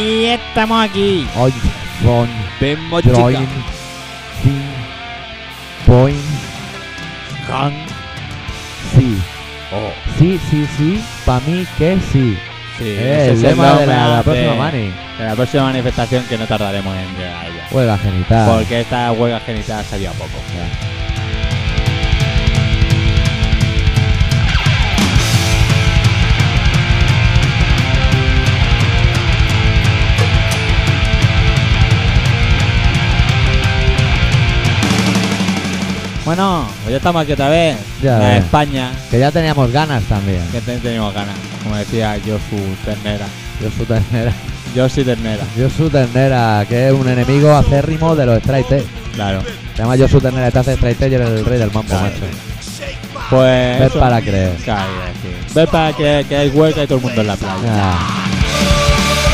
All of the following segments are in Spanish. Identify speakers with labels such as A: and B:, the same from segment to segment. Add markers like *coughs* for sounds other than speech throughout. A: estamos aquí.
B: Hoy von
C: Vemos
B: Droin
C: chicas.
B: Sin Boin Sí.
C: Oh,
B: Sí, sí, sí. Para mí que sí.
C: sí,
B: Eh,
C: ese
B: el
C: es
B: lema de
C: lema
B: la, la próxima
C: de-
B: Mani.
C: de la próxima manifestación que no tardaremos en llegar a ella.
B: Huelga genital.
C: Porque esta huelga genital sabía poco. Bueno, pues ya estamos aquí otra vez.
B: Ya
C: en
B: ves.
C: España,
B: Que ya teníamos ganas también.
C: que te- teníamos ganas. Como decía Josu Ternera.
B: Yo su ternera. *laughs*
C: Josu Ternera,
B: Yo su ternera, que es un enemigo acérrimo de los strikes.
C: claro.
B: Se llama Yo su ternera, está hace strike y eres el rey del mambo,
C: Claro.
B: macho.
C: Pues.
B: Ves
C: eso-
B: para creer.
C: Claro, sí. Ves para que, que hay huelga y todo el mundo en la playa.
B: Ah, Ya.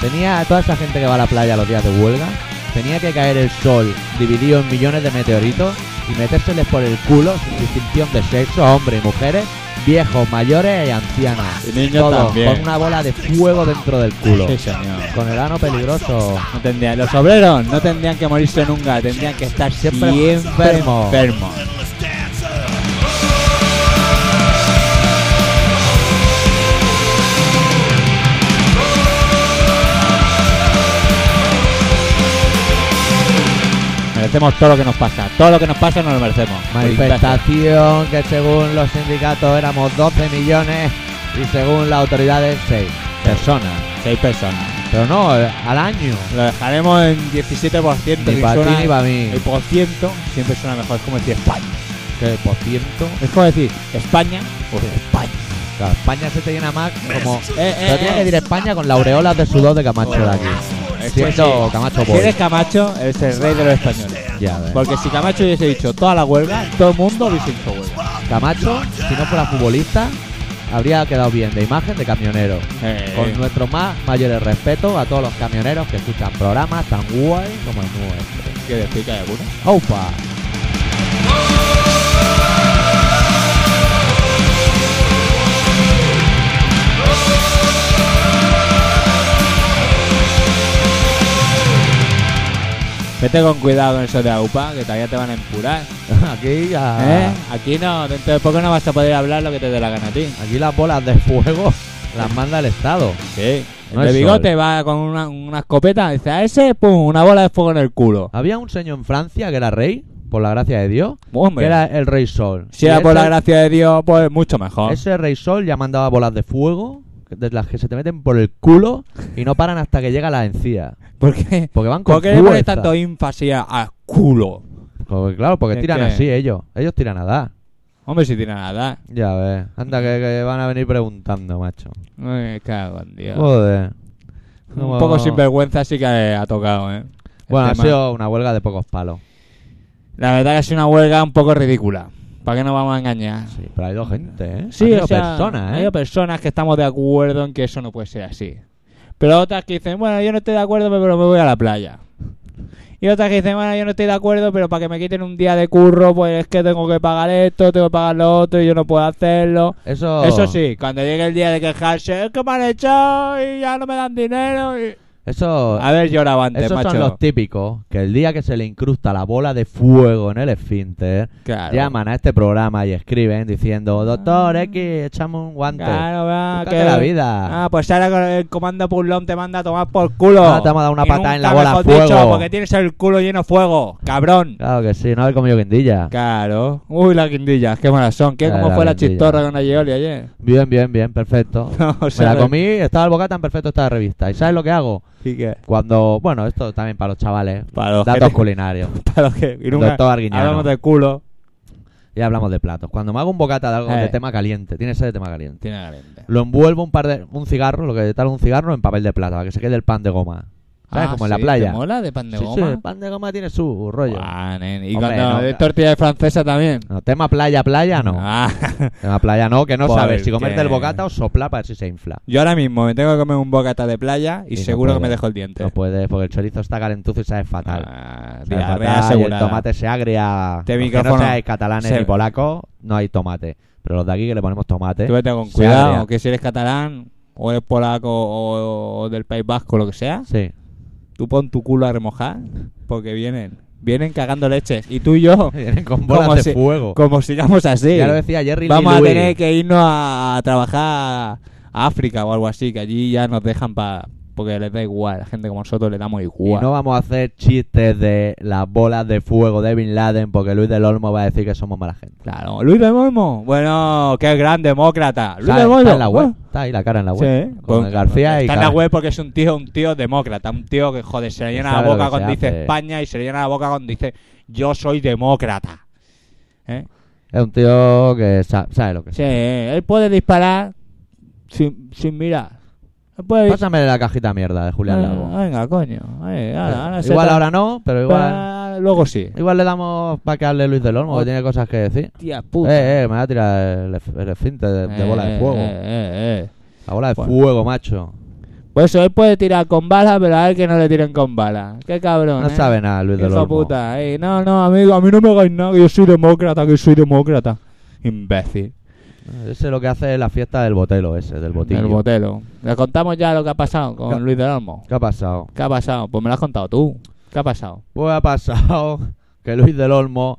B: Tenía toda esa gente que va a la playa los días de huelga, tenía que caer el sol dividido en millones de meteoritos y metérseles por el culo sin distinción de sexo, hombres y mujeres, viejos, mayores y ancianas.
C: Y niños
B: Todos
C: también.
B: con una bola de fuego dentro del culo.
C: *laughs* Sí, señor.
B: Con el ano peligroso.
C: No tendrían, los obreros no tendrían que morirse nunca, tendrían que estar siempre,
B: Siempre
C: enfermos. enfermos. Merecemos todo lo que nos pasa, todo lo que nos pasa nos lo merecemos.
B: Manifestación que según los sindicatos éramos 12 millones y según las autoridades 6 personas.
C: Seis personas.
B: Pero no, eh, al año.
C: Lo dejaremos en 17%.
B: Ni
C: que
B: para ti
C: suena-
B: ni para mí.
C: El por ciento siempre suena mejor, es como decir España.
B: Que por cierto,
C: Es como decir España o España.
B: claro, España se te llena más como...
C: Eh, eh,
B: Pero tienes que
C: eh.
B: decir España con la aureola de sudor de Camacho de aquí.
C: Es que
B: Siento
C: sí.
B: Camacho
C: Si eres
B: Boy.
C: Camacho, eres el rey de los españoles.
B: Ya ves.
C: Porque si Camacho hubiese dicho toda la huelga, todo el mundo hubiese hecho huelga.
B: Camacho, si no fuera futbolista, habría quedado bien de imagen de camionero.
C: Eh,
B: Con nuestro más mayores respeto a todos los camioneros que escuchan programas tan guay como el nuestro.
C: ¿Qué decir que hay alguno?
B: ¡Opa! *laughs*
C: Vete con cuidado con eso de AUPA, que todavía te van a empurar.
B: Aquí ya...
C: ¿eh? Aquí no, dentro de poco no vas a poder hablar lo que te dé la gana a ti.
B: Aquí las bolas de fuego las manda el Estado.
C: Sí.
B: No
C: el
B: es
C: de bigote va con una, una escopeta, dice a ese, pum, una bola de fuego en el culo.
B: Había un señor en Francia que era rey, por la gracia de Dios,
C: Hombre.
B: que era el rey sol.
C: si era
B: Y
C: por la
B: ese-
C: gracia de Dios, pues mucho mejor.
B: Ese rey sol ya mandaba bolas de fuego, de las que se te meten por el culo y no paran hasta que llega la encía.
C: ¿Por qué?
B: Porque van con
C: ¿Por qué le pones
B: fuerza.
C: tanto énfasis a- a culo?
B: Porque, claro, porque
C: Es
B: tiran
C: que-
B: así ellos. Ellos tiran a dar.
C: Hombre, si tiene nada.
B: Ya ves. Anda que, que van a venir preguntando, macho.
C: Me cago en Dios.
B: Joder.
C: Un poco sinvergüenza sí que ha tocado, ¿eh?
B: Bueno, ha
C: Este
B: sido una huelga de pocos palos.
C: ma- La verdad que ha sido una huelga un poco ridícula. ¿Para qué nos vamos a engañar?
B: Sí, pero ha ido gente, ¿eh?
C: Sí,
B: ha habido
C: o sea,
B: personas,
C: ha
B: ¿eh?
C: habido personas que estamos de acuerdo en que eso no puede ser así. Pero otras que dicen, bueno, yo no estoy de acuerdo, pero me voy a la playa. Y otras que dicen, bueno, yo no estoy de acuerdo, pero para que me quiten un día de curro, pues es que tengo que pagar esto, tengo que pagar lo otro y yo no puedo hacerlo.
B: Eso...
C: Eso sí, cuando llegue el día de quejarse, es que me han echado y ya no me dan dinero. Y...
B: Eso...
C: Haber llorado antes,
B: Esos
C: macho.
B: son los típicos que el día que se le incrusta la bola de fuego en el esfínter,
C: Claro.
B: llaman a este programa y escriben diciendo, doctor X, echame un guante.
C: Claro, va,
B: Búscate la vida.
C: Ah, pues ahora con el comando Pullón te manda a tomar por culo.
B: Ah, te vamos a dar una
C: Y
B: patada en la
C: nunca
B: bola,
C: mejor dicho,
B: fuego.
C: porque tienes el culo lleno de fuego, cabrón.
B: Claro que sí, no haber comido guindilla.
C: Claro. Uy, las guindillas, qué malas son. ¿Qué,
B: Ay,
C: ¿Cómo
B: Eh, la
C: fue la
B: guindilla.
C: chistorra con Ayoli ayer? *laughs*
B: Bien, bien, bien, perfecto.
C: No, *laughs* o
B: Me
C: sea,
B: la comí, estaba el bocata en perfecto esta revista. ¿Y sabes lo que hago?
C: sí que-
B: Cuando, bueno, esto también para los chavales,
C: Para los
B: datos
C: que-
B: culinarios.
C: Para los que... y nunca-
B: Doctor Arguiñano.
C: Hablamos de culo.
B: Ya hablamos de platos. Cuando me hago un bocata de algo
C: Eh.
B: de tema caliente, tiene que ser de tema caliente.
C: Tiene caliente.
B: Lo envuelvo un par de un cigarro, lo que tal un cigarro en papel de plata, para que se quede el pan de goma. ¿Sabes?
C: Ah,
B: Como en la
C: sí,
B: playa.
C: ¿Te mola de pan de
B: Sí, sí,
C: goma?
B: el pan de goma tiene su rollo.
C: Guau, Ah, nen. Y
B: Hombre,
C: cuando
B: no,
C: de
B: no.
C: tortilla de francesa también.
B: No, tema playa, playa no.
C: Ah, *laughs* Pues
B: Tema playa no, que no
C: Porque-
B: sabes si comerte el bocata o sopla para ver si se infla.
C: yo ahora mismo me tengo que comer un bocata de playa y,
B: Y no
C: seguro que me
B: puedes.
C: dejo el diente.
B: No puedes, porque el chorizo está calentuzo y sabe fatal.
C: Ah,
B: Sabe
C: diarrea
B: fatal, y el
C: asegurada.
B: tomate se agria.
C: Este
B: Aunque no
C: micrófono
B: seáis catalanes
C: se-
B: ni polacos, no hay tomate. Pero los de aquí que le ponemos tomate.
C: Tú vete con
B: Se
C: cuidado,
B: agria.
C: que si eres catalán o eres polaco o, o del País Vasco o lo que sea, *laughs*
B: Sí.
C: tú pon tu culo a remojar porque vienen. Vienen cagando leches. Y tú y yo,
B: Vienen con
C: Como
B: bolas de
C: si-
B: fuego.
C: como sigamos así,
B: Ya lo decía Jerry Lee
C: vamos a
B: Lewis.
C: tener que irnos a, a trabajar a África o algo así, que allí ya nos dejan para... Porque les da igual, a gente como nosotros le damos
B: Y
C: igual.
B: no vamos a hacer chistes de las bolas de fuego de Bin Laden porque Luis del Olmo va a decir que somos mala gente.
C: Claro, Luis de Moimo. Bueno, qué gran demócrata. Luis
B: Está-
C: de Moimo.
B: está en la web.
C: Bueno,
B: Está ahí la cara en la
C: sí,
B: web.
C: ¿eh?
B: Con
C: Pues,
B: García y
C: Está en la
B: Cara-
C: web porque es un tío, un tío demócrata, un tío que joder, se le llena
B: sabe
C: la
B: lo
C: boca
B: que
C: cuando
B: se
C: dice
B: hace.
C: España y se le llena la boca cuando dice yo soy demócrata. ¿Eh?
B: Es un tío que sa- sabe, lo que es.
C: Sí, él puede disparar sin, sin mirar. Él puede
B: Pásame la cajita mierda de Julián
C: Ah,
B: Lago. Eh,
C: Venga, coño. Ahí, ahora, ahora se
B: igual
C: tra-
B: ahora no, pero igual,
C: Ah, luego
B: *laughs*
C: sí.
B: igual le damos para que hable Luis del Olmo, que tiene cosas que decir.
C: Tía puta.
B: Eh, eh, me va a tirar el, ef- el esfinte de, de bola de
C: Eh,
B: fuego.
C: eh, eh, eh.
B: La bola de
C: Bueno.
B: fuego, macho.
C: Por eso él puede tirar con balas, pero a él que no le tiren con balas. Qué cabrón.
B: No
C: ¿eh?
B: sabe nada Luis del
C: Hijo
B: Olmo.
C: puta. eh. No, no, amigo, a mí no me hagáis nada, que yo soy demócrata, que soy demócrata. Imbécil.
B: Ese es lo que hace es la fiesta del botelo ese, del botillo.
C: El botelo. Le contamos ya lo que ha pasado con
B: Ca-
C: Luis del Olmo.
B: ¿Qué ha pasado?
C: ¿Qué ha pasado? Pues me lo has contado tú. ¿Qué ha pasado?
B: Pues ha pasado *laughs* que Luis del Olmo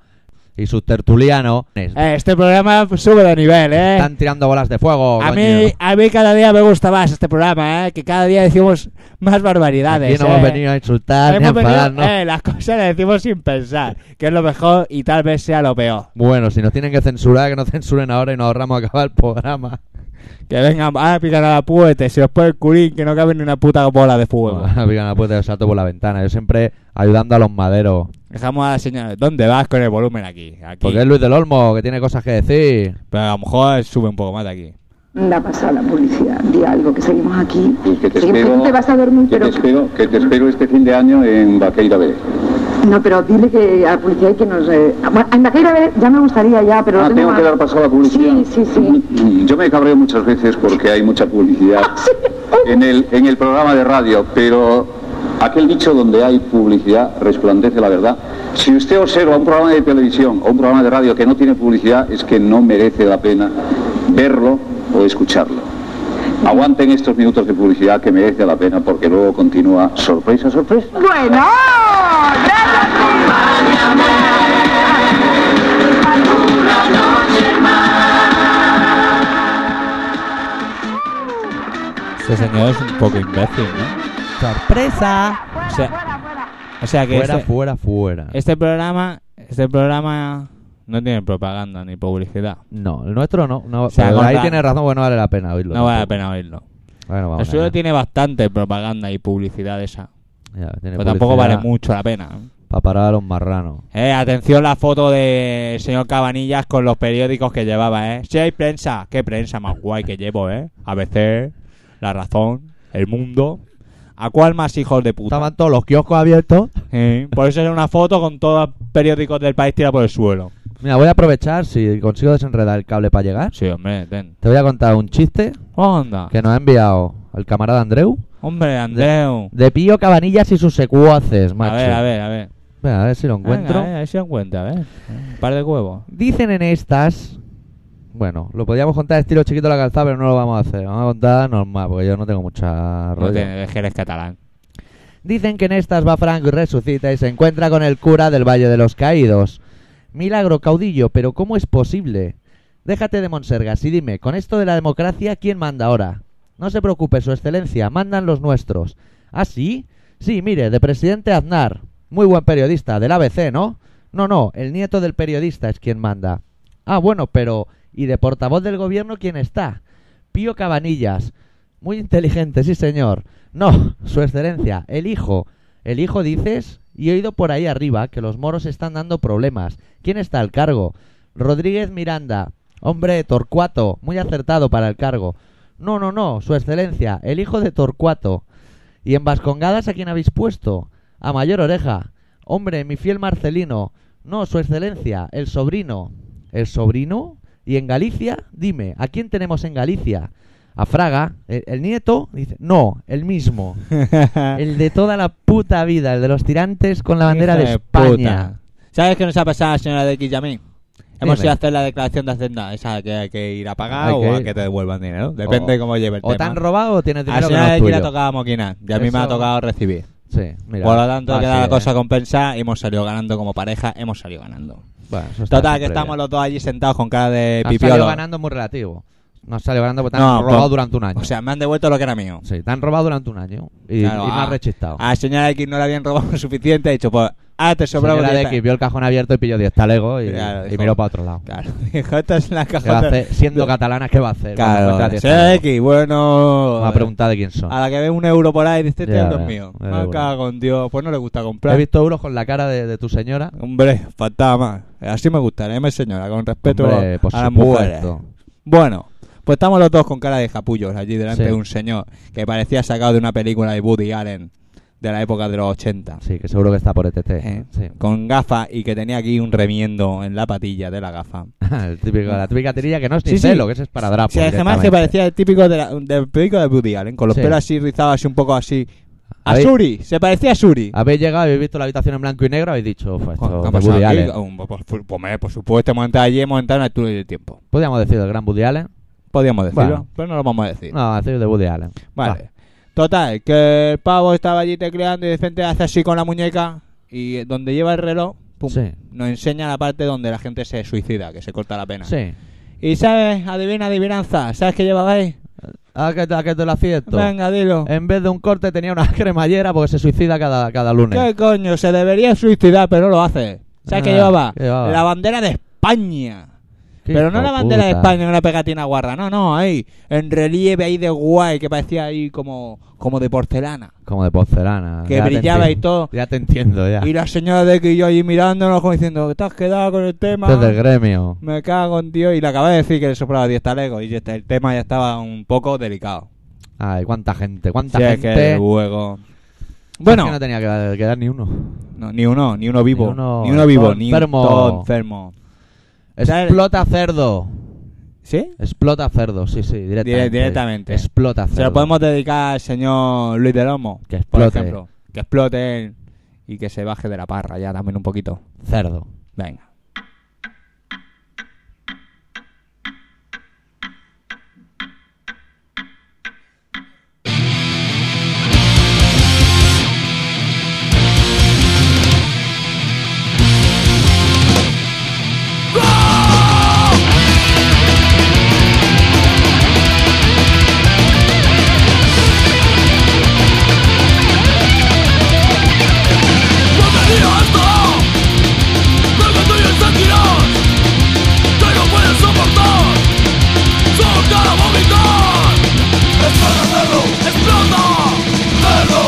B: y sus tertulianos
C: Eh, este programa sube de nivel, ¿eh?
B: están tirando bolas de fuego.
C: A
B: Oh, coño.
C: mí, a mí cada día me gusta más este programa, ¿eh? que cada día decimos más barbaridades.
B: Aquí no
C: ¿eh?
B: hemos venido a insultar ni a
C: Hemos venido,
B: enfadarnos.
C: eh, las cosas las decimos sin pensar, que es lo mejor y tal vez sea lo peor.
B: Bueno, si nos tienen que censurar, que nos censuren ahora y nos ahorramos acabar el programa.
C: Que vengan a picar a la puete, se os pone el culín, que no cabe ni una puta bola de
B: *laughs*
C: fuego.
B: Bueno, pican la puerta y yo pues salto por la ventana. Yo siempre ayudando a los maderos.
C: Dejamos a la señora, ¿dónde vas con el volumen aquí? aquí.
B: Porque es Luis del Olmo, que tiene cosas que decir.
C: Pero a lo mejor sube un poco más de aquí.
A: Anda, pasa la policía, di algo, que seguimos aquí.
D: Y Pues que te
A: Sí,
D: espero,
A: te vas a dormir,
D: que
A: pero...
D: te espero, que te espero este fin de año en Vaqueira Vélez.
A: No, pero dile que a la policía hay que nos... eh, Bueno, a Imbaqueira, a ver, ya me gustaría ya, pero...
D: Ah,
A: lo
D: tengo
A: más-
D: que dar paso a la publicidad.
A: Sí, sí,
D: *laughs*
A: sí.
D: Mm, Yo me cabreo muchas veces porque hay mucha publicidad en el, en el programa de radio, pero aquel dicho donde hay publicidad resplandece la verdad. Si usted observa un programa de televisión o un programa de radio que no tiene publicidad, es que no merece la pena verlo o escucharlo. Aguanten estos minutos de publicidad que merece la pena porque luego continúa sorpresa, sorpresa.
A: Bueno, ¡oh!
C: Este señor es un poco imbécil, ¿no?
B: ¡Sorpresa!
C: O sea, o sea que
B: Fuera,
C: este,
B: fuera, fuera.
C: este programa, este programa no tiene propaganda ni publicidad.
B: No, el nuestro no. no
C: O sea,
B: pero ahí
C: corta.
B: tiene razón, bueno, vale la pena oírlo.
C: No vale la
B: tampoco.
C: pena oírlo.
B: Bueno, vamos
C: El suyo
B: allá.
C: tiene bastante propaganda y publicidad esa.
B: Ya, tiene
C: Pero Pues tampoco vale
B: publicidad
C: mucho la pena.
B: Para parar a los marranos.
C: Eh, atención la foto del señor Cabanillas con los periódicos que llevaba, ¿eh? Si hay prensa, qué prensa más guay que llevo, ¿eh? ABC, La Razón, El Mundo. ¿A cuál más hijos de puta?
B: Estaban todos los kioscos abiertos.
C: Eh, Por eso es una foto con todos los periódicos del país tirados por el suelo.
B: Mira, voy a aprovechar si consigo desenredar el cable para llegar.
C: Sí, hombre, ten.
B: Te voy a contar un chiste
C: Onda.
B: que nos ha enviado el camarada Andreu
C: Hombre, Andreu.
B: de Pío Cabanillas y sus secuaces, macho.
C: A ver, a ver, a ver.
B: Venga, a ver si lo encuentro.
C: Venga, a ver, a ver si lo encuentra, a ver. Un par de huevos.
B: Dicen en estas. Bueno, lo podríamos contar estilo chiquito la calzada, pero no lo vamos a hacer. Vamos a contar normal, porque yo no tengo mucha
C: No
B: rollo.
C: te- es que eres
B: *laughs*
C: catalán.
B: Dicen que en estas va Franco y resucita y se encuentra con el cura del Valle de los Caídos. Milagro, caudillo, pero ¿cómo es posible? Déjate de monsergas y dime, con esto de la democracia, ¿quién manda ahora? No se preocupe, su excelencia, mandan los nuestros. ¿Ah, sí? Sí, mire, de presidente Aznar. Muy buen periodista, del ABC, ¿no? No, no, el nieto del periodista es quien manda. Ah, bueno, pero ¿y de portavoz del gobierno quién está? Pío Cabanillas. Muy inteligente, sí, señor. No, su excelencia, el hijo. ¿El hijo dices? Y he oído por ahí arriba que los moros están dando problemas. ¿Quién está al cargo? Rodríguez Miranda. Hombre, Torcuato, muy acertado para el cargo. No, no, no, su excelencia, el hijo de Torcuato. ¿Y en Vascongadas a quién habéis puesto? A Mayor Oreja. Hombre, mi fiel Marcelino. No, su excelencia, el sobrino. ¿El sobrino? ¿Y en Galicia? Dime, ¿a quién tenemos en Galicia? A Fraga, el, el nieto, dice, no, el mismo. El de toda la puta vida, el de los tirantes con la bandera
C: Hija
B: de España.
C: puta. ¿Sabes qué nos ha pasado a la señora de Quillamín? Hemos
B: Dime.
C: ido a hacer la declaración de Hacienda, esa que hay que ir a pagar
B: Hay
C: o
B: que
C: a
B: ir.
C: que te devuelvan dinero. Depende de cómo lleve el
B: O te
C: tema.
B: han robado o
C: a
B: tienes
C: la
B: dinero que no
C: señora
B: es
C: de Quilla
B: tuyo.
C: tocaba moquinar y a mí me ha
B: Eso-
C: tocado recibir.
B: Sí, mira.
C: Por lo tanto,
B: Así
C: queda la
B: es.
C: cosa compensa y hemos salido ganando como pareja, hemos salido ganando.
B: Bueno, eso Pues está
C: Total, que
B: siempre
C: estamos
B: bien.
C: los dos allí sentados con cara de
B: Has salido
C: pipiolo.
B: ganando muy relativo. No has salido ganando porque te
C: No,
B: han robado
C: por-
B: durante un año.
C: O sea, me han devuelto lo que era mío.
B: sí, te han robado durante un año. Y,
C: Claro, ah,
B: y me
C: a-
B: has rechistado.
C: A la señora X no le habían robado lo suficiente, ha dicho, pues, ah, te sobró
B: Señora de
C: diez-
B: X vio el cajón abierto y pilló 10 talegos y,
C: Claro,
B: y
C: dijo-
B: miró para otro lado.
C: Claro, *laughs* dijo, esta es la
B: ¿Qué va a
C: cajota.
B: hacer? Siendo catalana, ¿qué va a hacer? Cuando
C: Claro,
B: encuentra
C: la
B: 10
C: señora
B: talegos.
C: X, bueno. eh,
B: Me ha preguntado de quién son.
C: A la que ve un euro por ahí, dice, este
B: Ya
C: euro es
B: ves,
C: mío.
B: el
C: Me
B: euro.
C: cago con Dios, pues no le gusta comprar.
B: He visto euros con la cara de, de tu señora.
C: Hombre, faltaba más. Así me gustaría, mi señora, con respeto
B: Hombre, por
C: a las mujeres.
B: supuesto.
C: Bueno, pues estamos los dos con cara de japullos allí delante
B: Sí.
C: de un señor que parecía sacado de una película de Woody Allen de la época de los 80.
B: Sí, que seguro que está por ETT.
C: ¿eh?
B: Sí. *laughs*
C: Con gafas y que tenía aquí un remiendo en la patilla de la gafa. Ah,
B: El típico, la típica tirilla que no es ni
C: Sí, sí.
B: pelo, que ese es para drapo.
C: Sí, además que
B: directamente.
C: parecía el típico de la- del película de Woody Allen, con los
B: Sí.
C: pelos así rizados, así un poco así. A
B: Habéis-
C: Suri, se parecía a Suri.
B: Habéis llegado, habéis visto la habitación en blanco y negro, habéis dicho, "Fue
C: ¿Qué
B: esto
C: ha
B: de
C: pasado
B: Woody
C: aquí?
B: Allen".
C: Un- Pues, pues, hombre, por supuesto, hemos entrado allí, hemos entrado en el túnel del tiempo.
B: Podríamos decir del gran Woody Allen.
C: Podríamos decirlo,
B: Bueno.
C: pero no lo vamos a decir.
B: No, decir de Woody Allen. Ah,
C: Vale. Total, que el pavo estaba allí tecleando y de repente hace así con la muñeca y donde lleva el reloj, pum,
B: Sí.
C: nos enseña la parte donde la gente se suicida, que se corta la pena.
B: Va, Sí.
C: Y sabes, adivina, adivinanza, ¿sabes qué llevaba ahí?
B: ¿A que, a que te la acierto?
C: Venga, dilo.
B: En vez de un corte tenía una *laughs* cremallera porque se suicida cada, cada lunes.
C: ¿Qué coño? Se debería suicidar, pero no lo hace. ¿Sabes qué
B: Ah,
C: llevaba?
B: ¿qué llevaba?
C: La bandera de España.
B: Qué
C: Pero no
B: hijo
C: la bandera de
B: puta.
C: España, una pegatina guarda, no, no, ahí, en relieve ahí de guay, que parecía ahí como, como de porcelana.
B: Como de porcelana.
C: Que
B: Ya te
C: brillaba y
B: entiendo.
C: todo.
B: Ya te entiendo, ya.
C: Y la señora de que yo allí mirándonos como diciendo, te has quedado con el tema.
B: Esto es del gremio.
C: Me cago en Dios. Y le acaba de decir que le soplaba 10 talegos. Y este- el tema ya estaba un poco delicado.
B: Ay, cuánta gente, cuánta
C: Si es
B: gente.
C: que luego.
B: Es que
C: Bueno,
B: no tenía que dar, que dar ni uno.
C: no, ni uno, ni uno vivo. Ni
B: Ni
C: uno,
B: uno-
C: vivo,
B: todo
C: ni
B: enfermo.
C: todo enfermo. ¿Sabes?
B: Explota cerdo.
C: ¿Sí?
B: Explota cerdo, sí, sí, directamente.
C: Dire- directamente.
B: Explota cerdo.
C: Se lo podemos dedicar al señor Luis de Lomo.
B: Que
C: Por
B: explote.
C: ejemplo. Que explote él. Y que se baje de la parra ya también un poquito.
B: Cerdo.
C: Venga.
E: ¡No te digo esto! ¡Vengo tú y el sentirás! ¡Que no puedes soportar! ¡Solo quiero vomitar! ¡Explota, cerdo! ¡Explota! ¡Cerdo!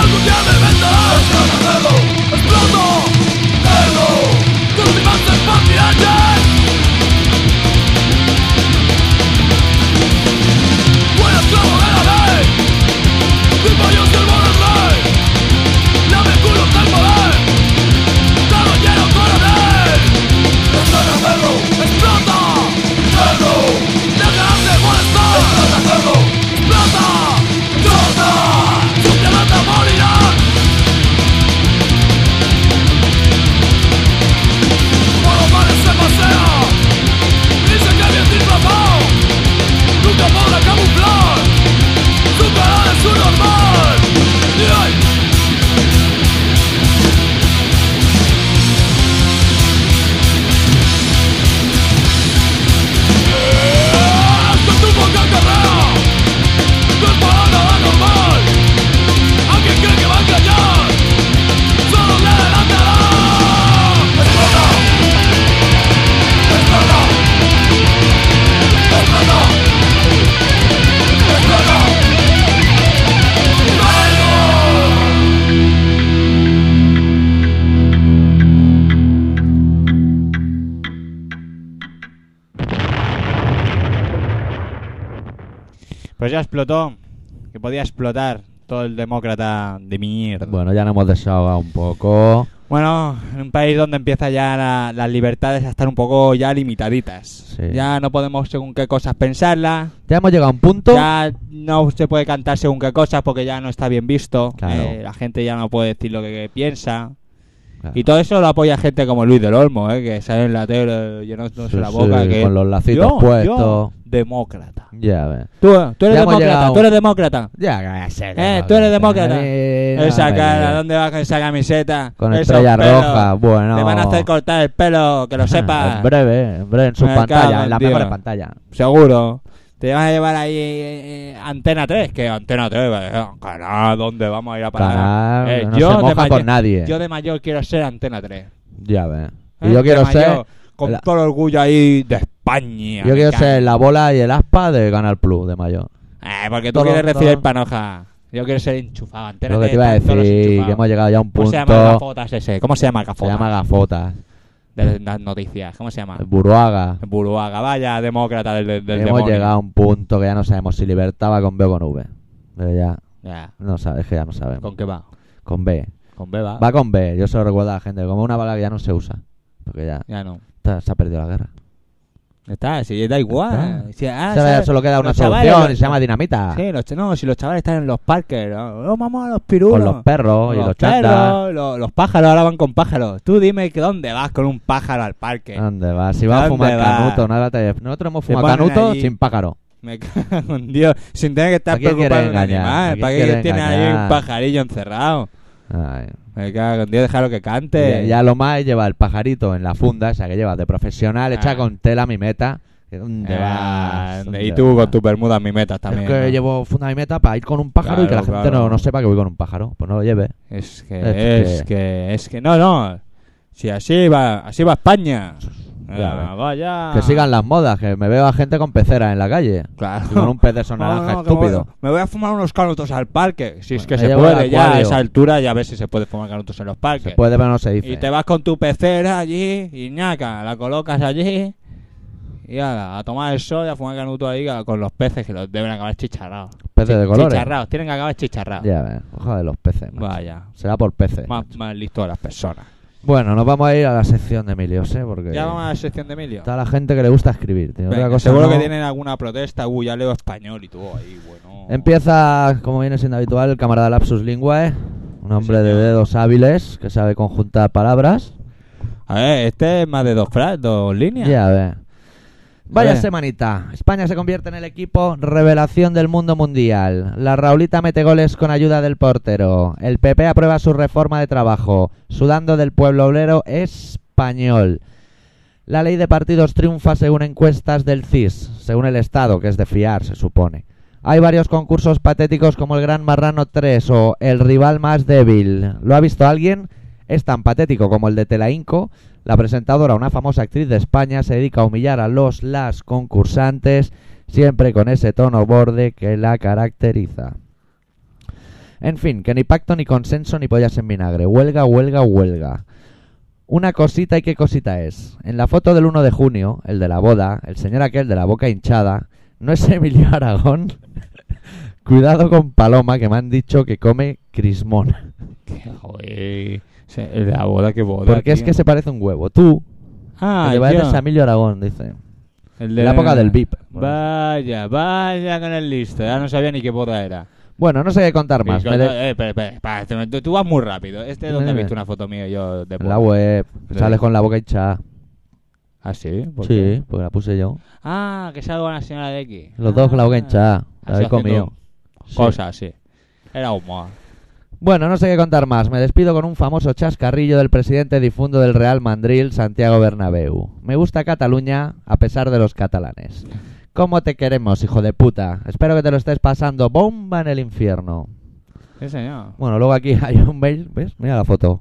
E: ¡Algún día me venderás! ¡Explota, cerdo! ¡Explota! ¡Cerdo! ¡Tus imágenes patriarcas! ¡Buen esclavo de la ley! ¡Vivo yo sirvo del rey! ¡Dame el culo del poder! ¡Todo lleno coronel! ¡Explota, cerdo! ¡Explota! ¡Cerdo! ¡Dejarás de molestar! ¡Explota, cerdo! ¡Explota! ¡Explota! ¡Simplemente morirás! Por los mares se pasea Dice que bien disfrazado Nunca podrá camuflar Su cara de su normal Y ahí Esto es tu boca carrera No es para nada normal Alguien cree que va a engañar Solo le adelantará Explota Explota Explota Explota
C: Pues ya explotó. Que podía explotar Todo el demócrata de mierda.
B: Bueno, ya nos hemos desahogado un poco.
C: Bueno, en un país donde empieza ya la- las libertades a estar un poco ya limitaditas.
B: Sí.
C: Ya no podemos según qué cosas pensarlas.
B: Ya hemos llegado a un punto.
C: Ya no se puede cantar según qué cosas porque ya no está bien visto.
B: Claro.
C: Eh, la gente ya no puede decir lo que, que piensa.
B: Claro.
C: Y todo eso lo apoya gente como Luis del Olmo, eh, que sale en la tele llenándose
B: Sí,
C: la boca.
B: sí,
C: que
B: con los lacitos
C: yo,
B: puestos.
C: yo, demócrata.
B: Ya, ves.
C: Tú, tú eres
B: Ya hemos
C: demócrata,
B: llegado.
C: tú eres demócrata.
B: Ya, ya sé,
C: Eh, tú eres demócrata.
B: Eh, no,
C: esa
B: hombre.
C: cara, ¿dónde vas con esa camiseta?
B: Con
C: Esos
B: estrella
C: pelos.
B: roja, bueno.
C: Te van a hacer cortar el pelo,
B: *laughs*
C: que lo sepas.
B: En breve, en breve, en sus
C: Me cago
B: pantallas,
C: en
B: en las
C: Dios.
B: mejores pantallas.
C: Seguro. Te vas a llevar ahí eh, eh, Antena 3, que Antena 3, eh, canal, ¿dónde vamos a ir a parar?
B: Canal,
C: Eh,
B: que no se moja
C: mayor-
B: con nadie.
C: Yo de mayor quiero ser Antena 3.
B: Ya ves.
C: Eh,
B: Y yo
C: de
B: quiero ser.
C: mayor, Con
B: la-
C: todo el orgullo ahí de España.
B: Yo
C: me
B: quiero
C: cago.
B: ser la bola y el aspa de Canal Plus de mayor.
C: Eh, porque tú
B: todo-
C: quieres recibir
B: todo-
C: panoja. Yo quiero ser enchufado, Antena
B: Lo que
C: 3.
B: te iba a
C: están todos
B: decir, que
C: enchufados.
B: hemos llegado ya a un
C: ¿Cómo
B: punto.
C: se llama Gafotas ese? ¿Cómo se llama
B: se
C: Gafotas?
B: llama Gafotas,
C: De las noticias, ¿cómo se llama?
B: Buruaga.
C: Buruaga, vaya demócrata del, Ah. del
B: hemos
C: demonio.
B: llegado a un punto que ya no sabemos si libertaba con B o con V. Pero ya,
C: Ya,
B: no sabes, que ya no sabemos.
C: ¿Con qué va?
B: Con B.
C: ¿Con Beba?
B: Va con B, yo se lo recuerdo a la gente, como una vaga que ya no se usa. Porque ya
C: Ya no.
B: está- se ha perdido la guerra.
C: Está, sí, da igual.
B: Está.
C: Sí, ah,
B: Ahora ya
C: ¿sabes?
B: solo queda una
C: Los chavales,
B: solución
C: los-
B: y se llama dinamita.
C: Sí, los, ch- no, si los chavales están en los parques, ¿no? Oh, vamos a los pirulos.
B: con los perros
C: Con
B: y
C: los
B: los chantas.
C: perros, lo- los pájaros, ahora van con pájaros. Tú dime que dónde vas con un pájaro al parque.
B: ¿Dónde va? Si va a
C: ¿Dónde
B: fumar
C: va?
B: canuto, nada te... Nosotros hemos fumado
C: ponen
B: canuto
C: allí.
B: sin pájaro.
C: Me cago en Dios, sin tener que estar
B: ¿A quién
C: preocupado de un
B: quiere engañar? ¿A
C: animal.
B: quién
C: ¿Para qué
B: quiere
C: tiene ahí un
B: engañar?
C: pajarillo encerrado?
B: Ay.
C: Me cago en Dios, déjalo que cante.
B: Ya, ya lo más es llevar el pajarito en la funda, esa que llevas de profesional, hecha
C: Ah.
B: con tela mi meta. ¿Dónde
C: Ah,
B: vas?
C: y
B: ¿Dónde
C: tú
B: vas?
C: con tu bermuda mi meta
B: Es
C: también.
B: que
C: ¿no?
B: llevo funda mi meta para ir con un pájaro y que la
C: Claro,
B: gente
C: claro.
B: no, no sepa que voy con un pájaro. Pues no lo lleve.
C: Es que, es,
B: Es
C: que... es que, no, no. Si así va, así va España.
B: Ya
C: Ah,
B: ves.
C: vaya.
B: Que sigan las modas, que me veo a gente con pecera en la calle.
C: Claro.
B: Y Con un pez de esos
C: *laughs* No,
B: naranja
C: no, que
B: estúpido.
C: voy- Me voy a fumar unos canutos al parque. Si es que
B: Bueno,
C: se
B: me llevo el
C: puede ya a
B: acuario.
C: esa altura, ya a ver si se puede fumar canutos en los parques.
B: Se puede, pero no se dice.
C: Y te vas con tu pecera allí, y ñaca, la colocas allí. Y ala, a tomar el sol y a fumar canutos ahí con los peces que los deben acabar chicharrados.
B: Peces de
C: Chi-
B: colores.
C: Chicharrados, tienen que acabar chicharrados.
B: Ya ves, ojalá de los peces. macho.
C: Vaya.
B: Será por peces.
C: Más, más listo de las personas.
B: Bueno, nos vamos a ir a la sección de Emilio, ¿eh? Porque
C: Ya vamos a la sección de Emilio.
B: está la gente que le gusta escribir. tío.
C: Venga,
B: Otra cosa
C: seguro
B: no.
C: que tienen alguna protesta. Uy, ya leo español y todo ahí, bueno.
B: Empieza, como viene siendo habitual, el camarada Lapsus Linguae, un hombre de
C: señor.
B: dedos hábiles que sabe conjuntar palabras.
C: A ver, este es más de dos, fra- dos líneas.
B: Ya ve. Vaya
C: ver.
B: semanita. España se convierte en el equipo revelación del mundo mundial. La Raulita mete goles con ayuda del portero. El PP aprueba su reforma de trabajo. Sudando del pueblo obrero español. La ley de partidos triunfa según encuestas del CIS, según el Estado, que es de fiar, se supone. Hay varios concursos patéticos como el Gran Marrano 3 o El rival más débil. ¿Lo ha visto alguien? Es tan patético como el de Telainco. La presentadora, una famosa actriz de España, se dedica a humillar a los las concursantes, siempre con ese tono borde que la caracteriza. En fin, que ni pacto, ni consenso, ni pollas en vinagre. Huelga, huelga, huelga. Una cosita y qué cosita es. En la foto del 1 de junio, el de la boda, el señor aquel de la boca hinchada, no es Emilio Aragón. Cuidado con Paloma, que me han dicho que come crismón.
C: Qué Joder. Se- La boda que boda.
B: Porque es
C: tío.
B: que se parece un huevo. Tú,
C: Ah,
B: que te pareces
C: tío.
B: a Emilio Aragón, dice.
C: El
B: la época del VIP.
C: Vaya, vaya con el listo. Ya no sabía ni qué boda era.
B: Bueno, no sé qué contar más.
C: Y
B: Me
C: con-
B: de-
C: eh, espera, espera, espera, este momento- tú vas muy rápido. Este es donde he
B: Dime.
C: visto una foto mía yo de
B: En la web,
C: Sí.
B: sales con la boca hinchada.
C: ¿Ah, sí? ¿Por
B: Sí,
C: qué?
B: porque la puse yo.
C: Ah, que salgo con la señora de X.
B: Los dos con la boca
C: Ah.
B: hinchada. La
C: Así
B: habéis comido.
C: haciendo
B: Sí.
C: Cosas, sí. Era humo.
B: Bueno, no sé qué contar más. Me despido con un famoso chascarrillo del presidente difunto del Real Madrid, Santiago Bernabéu. Me gusta Cataluña, a pesar de los catalanes. ¿Cómo te queremos, hijo de puta? Espero que te lo estés pasando bomba en el infierno.
C: Sí, señor.
B: Bueno, luego aquí *laughs* hay un mail. ¿Ves? Mira la foto.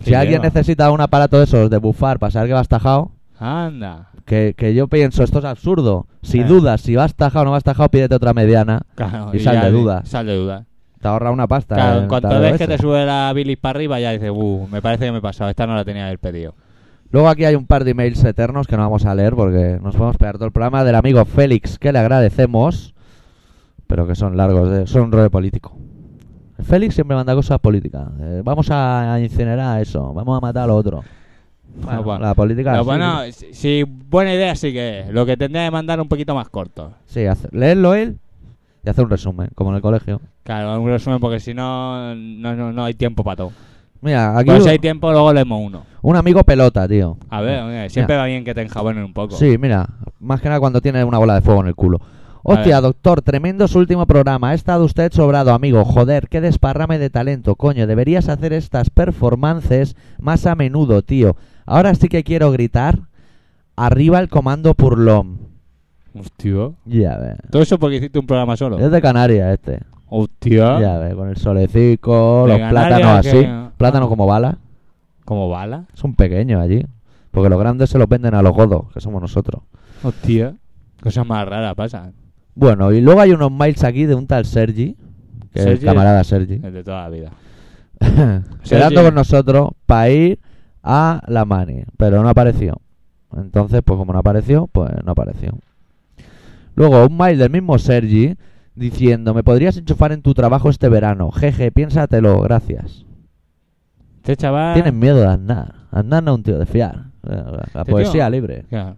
B: Si
C: Sí,
B: alguien
C: lleva.
B: necesita un aparato de esos de bufar para saber que vas tajado,
C: Anda.
B: que, que yo pienso, esto es absurdo. Si
C: Eh.
B: dudas si vas tajado o no vas tajado, pídete otra mediana.
C: Claro,
B: Y sal
C: ya
B: de
C: di-
B: duda.
C: Sal de duda.
B: Te ahorra una pasta.
C: Claro,
B: en
C: en cuanto
B: tal
C: ves
B: OS.
C: que te sube la bilis para arriba, ya dices, uh, me parece que me he pasado. Esta no la tenía el pedido.
B: Luego aquí hay un par de emails eternos que no vamos a leer porque nos podemos pegar todo el programa del amigo Félix, que le agradecemos, pero que son largos, de, son un rollo político. Félix siempre manda cosas políticas. Eh, vamos a incinerar eso, vamos a matar a lo otro. Bueno,
C: bueno.
B: La política.
C: Pero
B: sí,
C: bueno, si, si buena idea sí que es. Lo que tendría que mandar un poquito más corto.
B: sí, hace- leerlo él y hacer un resumen, como en el colegio.
C: Claro, un resumen porque si no, no, no, no hay tiempo para todo.
B: Mira, aquí
C: Pero si
B: un-
C: hay tiempo, luego leemos uno.
B: un amigo pelota, tío.
C: A ver, mira, siempre va bien que te enjabonen un Ah, poco.
B: Sí, mira, más que nada cuando tiene una bola de fuego en el culo. Hostia,
C: ver.
B: doctor, tremendo su último programa. Ha estado usted sobrado, amigo. Joder, qué desparrame de talento, coño. Deberías hacer estas performances más a menudo, tío. Ahora sí que quiero gritar. Arriba el comando Purlom.
C: Hostia.
B: Ya ve.
C: Todo eso porque hiciste un programa solo.
B: Es de Canarias este.
C: Hostia.
B: Ya ve, con el solecico,
C: ¿Ah? De
B: los
C: Canarias
B: plátanos así.
C: que-
B: Plátanos como balas.
C: Como bala.
B: Son pequeños allí. Porque los grandes se los venden a los godos, que somos nosotros.
C: Hostia. Cosas más raras pasan.
B: Bueno, y luego hay unos mails aquí de un tal Sergi, que es el
C: Sergi.
B: camarada Sergi,
C: El de toda la vida.
B: *laughs* quedando con nosotros para ir a la Mani, pero no apareció. Entonces, pues como no apareció, pues no apareció. Luego un mail del mismo Sergi diciendo, me podrías enchufar en tu trabajo este verano, jeje, piénsatelo, gracias.
C: Este chaval.
B: Tienen miedo de Aznar, Aznar no es un tío de fiar, la, la
C: Este
B: poesía
C: tío-
B: libre.
C: Claro.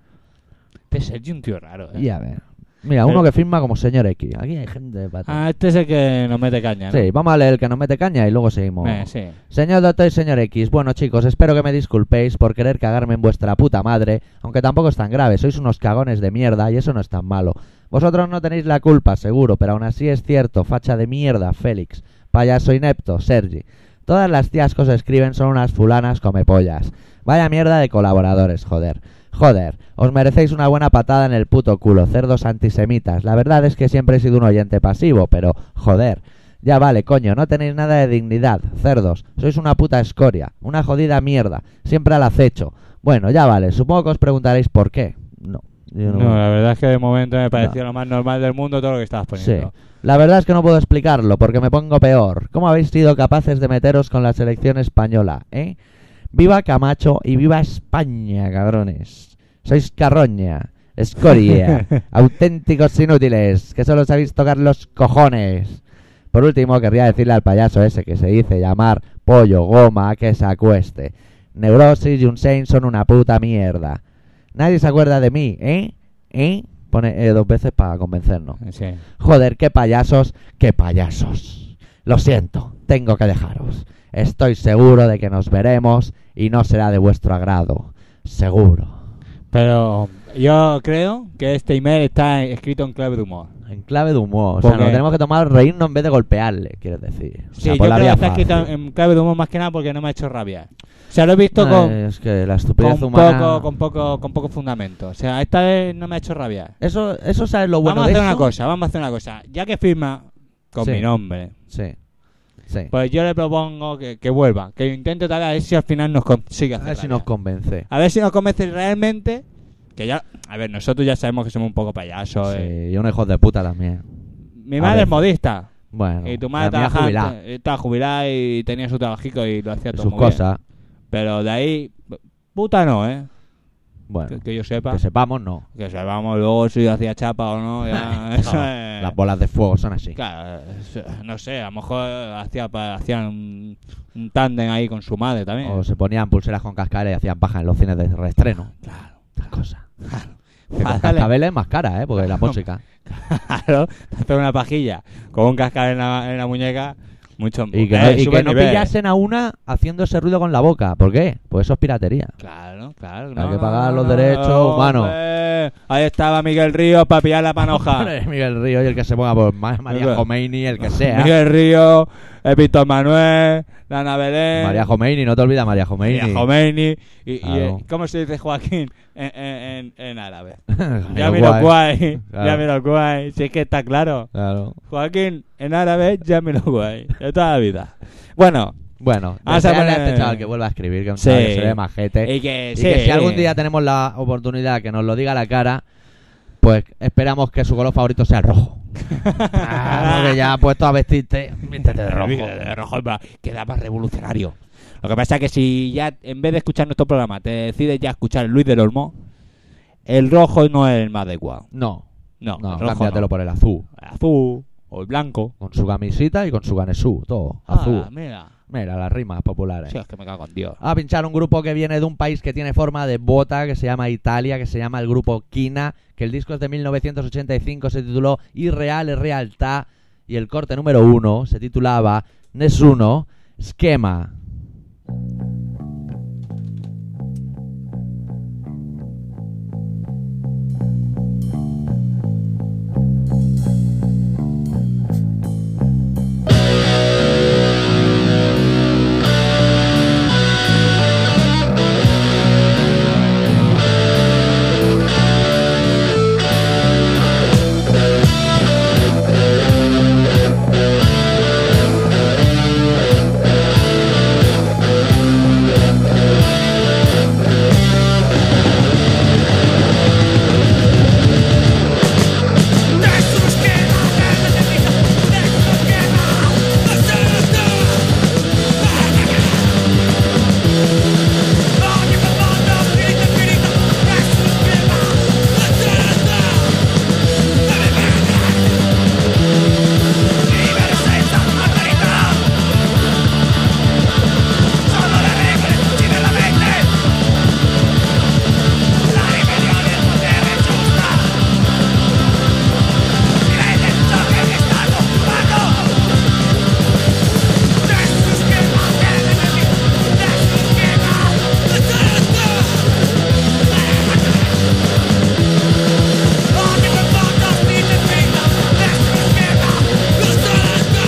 C: Este Sergi es un tío raro. ¿eh?
B: Ya ves. Mira,
C: Pero-
B: uno que firma como señor X, aquí hay gente de patata.
C: Eh. Ah, este es el que nos mete caña. ¿no?
B: Sí, vamos a leer el que nos mete caña y luego seguimos.
C: Eh, sí.
B: Señor Doctor y señor X, bueno chicos, espero que me disculpéis por querer cagarme en vuestra puta madre, aunque tampoco es tan grave, sois unos cagones de mierda y eso no es tan malo. Vosotros no tenéis la culpa, seguro, pero aún así es cierto, facha de mierda, Félix. Payaso inepto, Sergi. Todas las tías que os escriben son unas fulanas comepollas. Vaya mierda de colaboradores, joder. Joder, os merecéis una buena patada en el puto culo, cerdos antisemitas. La verdad es que siempre he sido un oyente pasivo, pero joder. Ya vale, coño, no tenéis nada de dignidad, cerdos. Sois una puta escoria, una jodida mierda, siempre al acecho. Bueno, ya vale, supongo que os preguntaréis por qué. No, yo
C: No, la verdad es que de momento me pareció
B: No.
C: lo más normal del mundo todo lo que estabas
B: Sí.
C: poniendo.
B: La verdad es que no puedo explicarlo porque me pongo peor. ¿Cómo habéis sido capaces de meteros con la selección española, eh? Viva Camacho y viva España, cabrones. Sois carroña, escoria, auténticos inútiles que solo sabéis tocar los cojones. Por último, querría decirle al payaso ese que se dice llamar pollo goma que se acueste. Neurosis y Unsein son una puta mierda. Nadie se acuerda de mí, ¿eh? ¿Eh? Pone eh, dos veces para convencernos.
C: Eh, Sí.
B: Joder, qué payasos, qué payasos. Lo siento, tengo que dejaros. Estoy seguro de que nos veremos y no será de vuestro agrado. Seguro.
C: Pero yo creo que este email está escrito en clave de humor.
B: En clave de humor. O sea,
C: Porque-
B: nos tenemos que tomar reírnos en vez de golpearle, quieres decir. O
C: Sí,
B: sea,
C: yo
B: por
C: creo
B: la
C: que
B: vía
C: está escrito
B: fácil.
C: en clave de humor más que nada porque no me ha hecho rabiar. O sea, lo he visto
B: Ay,
C: con,
B: Es que la
C: con,
B: estupidez Eh, humana...
C: poco, con, poco, con poco fundamento. O sea, esta vez no me ha hecho rabiar.
B: Eso, eso sabes lo bueno
C: vamos a
B: de
C: hacer una
B: eso?
C: cosa, vamos a hacer una cosa. Ya que firma con
B: Sí.
C: mi nombre,
B: Sí. Sí.
C: pues yo le propongo que, que vuelva. Que intente tal a ver si al final nos consigue
B: A
C: hacer
B: ver si
C: rabiar.
B: nos convence.
C: A ver si nos convence realmente. Que ya, a ver, nosotros ya sabemos que somos un poco payasos. eh.
B: Sí, y un hijo de puta también.
C: Mi
B: A
C: madre
B: ver.
C: es modista.
B: Bueno,
C: y tu
B: la
C: madre
B: mía
C: trabajaba
B: jubilada,
C: antes- estaba jubilada y tenía su trabajico y lo hacía todo
B: Sus
C: muy bien.
B: cosas.
C: Pero de ahí, puta no, ¿eh?
B: Bueno,
C: que, que yo sepa.
B: que sepamos, no.
C: Que sepamos luego si yo hacía chapa o no.
B: *laughs*
C: ya, eso es-
B: Las bolas de fuego son así.
C: Claro, eso- no sé, a lo mejor hacía pa- hacían un, un tándem ahí con su madre también.
B: O se ponían pulseras con cascabeles y hacían paja en los cines de reestreno.
C: Ah, Claro,
B: Tal cosa. Que con
C: Fatal, ¿eh?
B: cascabeles es más cara, ¿eh?
C: *laughs*
B: Porque la música.
C: claro, hacer una pajilla con un cascabel en la, en la muñeca, mucho
B: Y que,
C: eh,
B: no, y
C: sube
B: que no
C: nivel, ¿eh?
B: pillasen a una haciendo ese ruido con la boca. ¿Por qué? Pues eso es piratería.
C: Claro, claro.
B: que pagar los derechos humanos.
C: hombre. Ahí estaba Miguel Ríos para pillar la panoja.
B: *laughs* Hombre, Miguel Río y el que se ponga por Ma- María
C: Hombre.
B: Khomeini, el que sea.
C: Miguel Ríos, eh, Víctor Manuel, Lana Belén,
B: María Khomeini, no te olvides María Khomeini.
C: María Khomeini. Y, y,
B: Claro.
C: eh, ¿Cómo se dice Joaquín en, en- en- en árabe?
B: Mira, *laughs*
C: Ya me
B: guay.
C: lo guay,
B: Claro.
C: ya me lo guay. Si es que está claro.
B: Claro.
C: Joaquín, en árabe, ya me lo guay. De toda la vida. Bueno,
B: Bueno,
C: Vamos a
B: desearle a,
C: poner-
B: este chaval que vuelva a escribir, que es un
C: Ah, Sí.
B: chaval que se ve majete.
C: y que,
B: Y
C: sí,
B: que si algún día tenemos la oportunidad que nos lo diga a la cara, pues esperamos que su color favorito sea el
C: *laughs*
B: rojo. Claro, que ya puesto a vestirte, vístete Ah, de rojo.
C: De rojo, va, queda más revolucionario. Lo que pasa es que si ya, en vez de escuchar nuestro programa, te decides ya escuchar el Luis del Olmo, el rojo no es el más adecuado.
B: No,
C: No,
B: no,
C: el rojo
B: cámbiatelo
C: no.
B: por el azul.
C: Azul, O el blanco.
B: Con su camisita y con su canesú, todo. Azul.
C: Ah, mira.
B: Mira, las rimas populares.
C: Sí, es que me cago en Dios.
B: a pinchar un grupo que viene de un país que tiene forma de bota, que se llama Italia, que se llama el grupo Kina, que el disco es de 1985, se tituló Irreal es Realtà, y el corte número uno se titulaba Nessuno Schema.
E: Nessuno schema, nella mia vita, nessuno schema, assoluto, ogni domanda finita, finita, nessuno schema, assoluto, la mia vita, libero senza autorità, sono le regole, uccide la mente, la ribellione, il potere è giusta, Crede ciò che mi stanno fumando Nessun schema deve venire Nessun schema Ogni proposta spinta e spinta Nessun schema Costante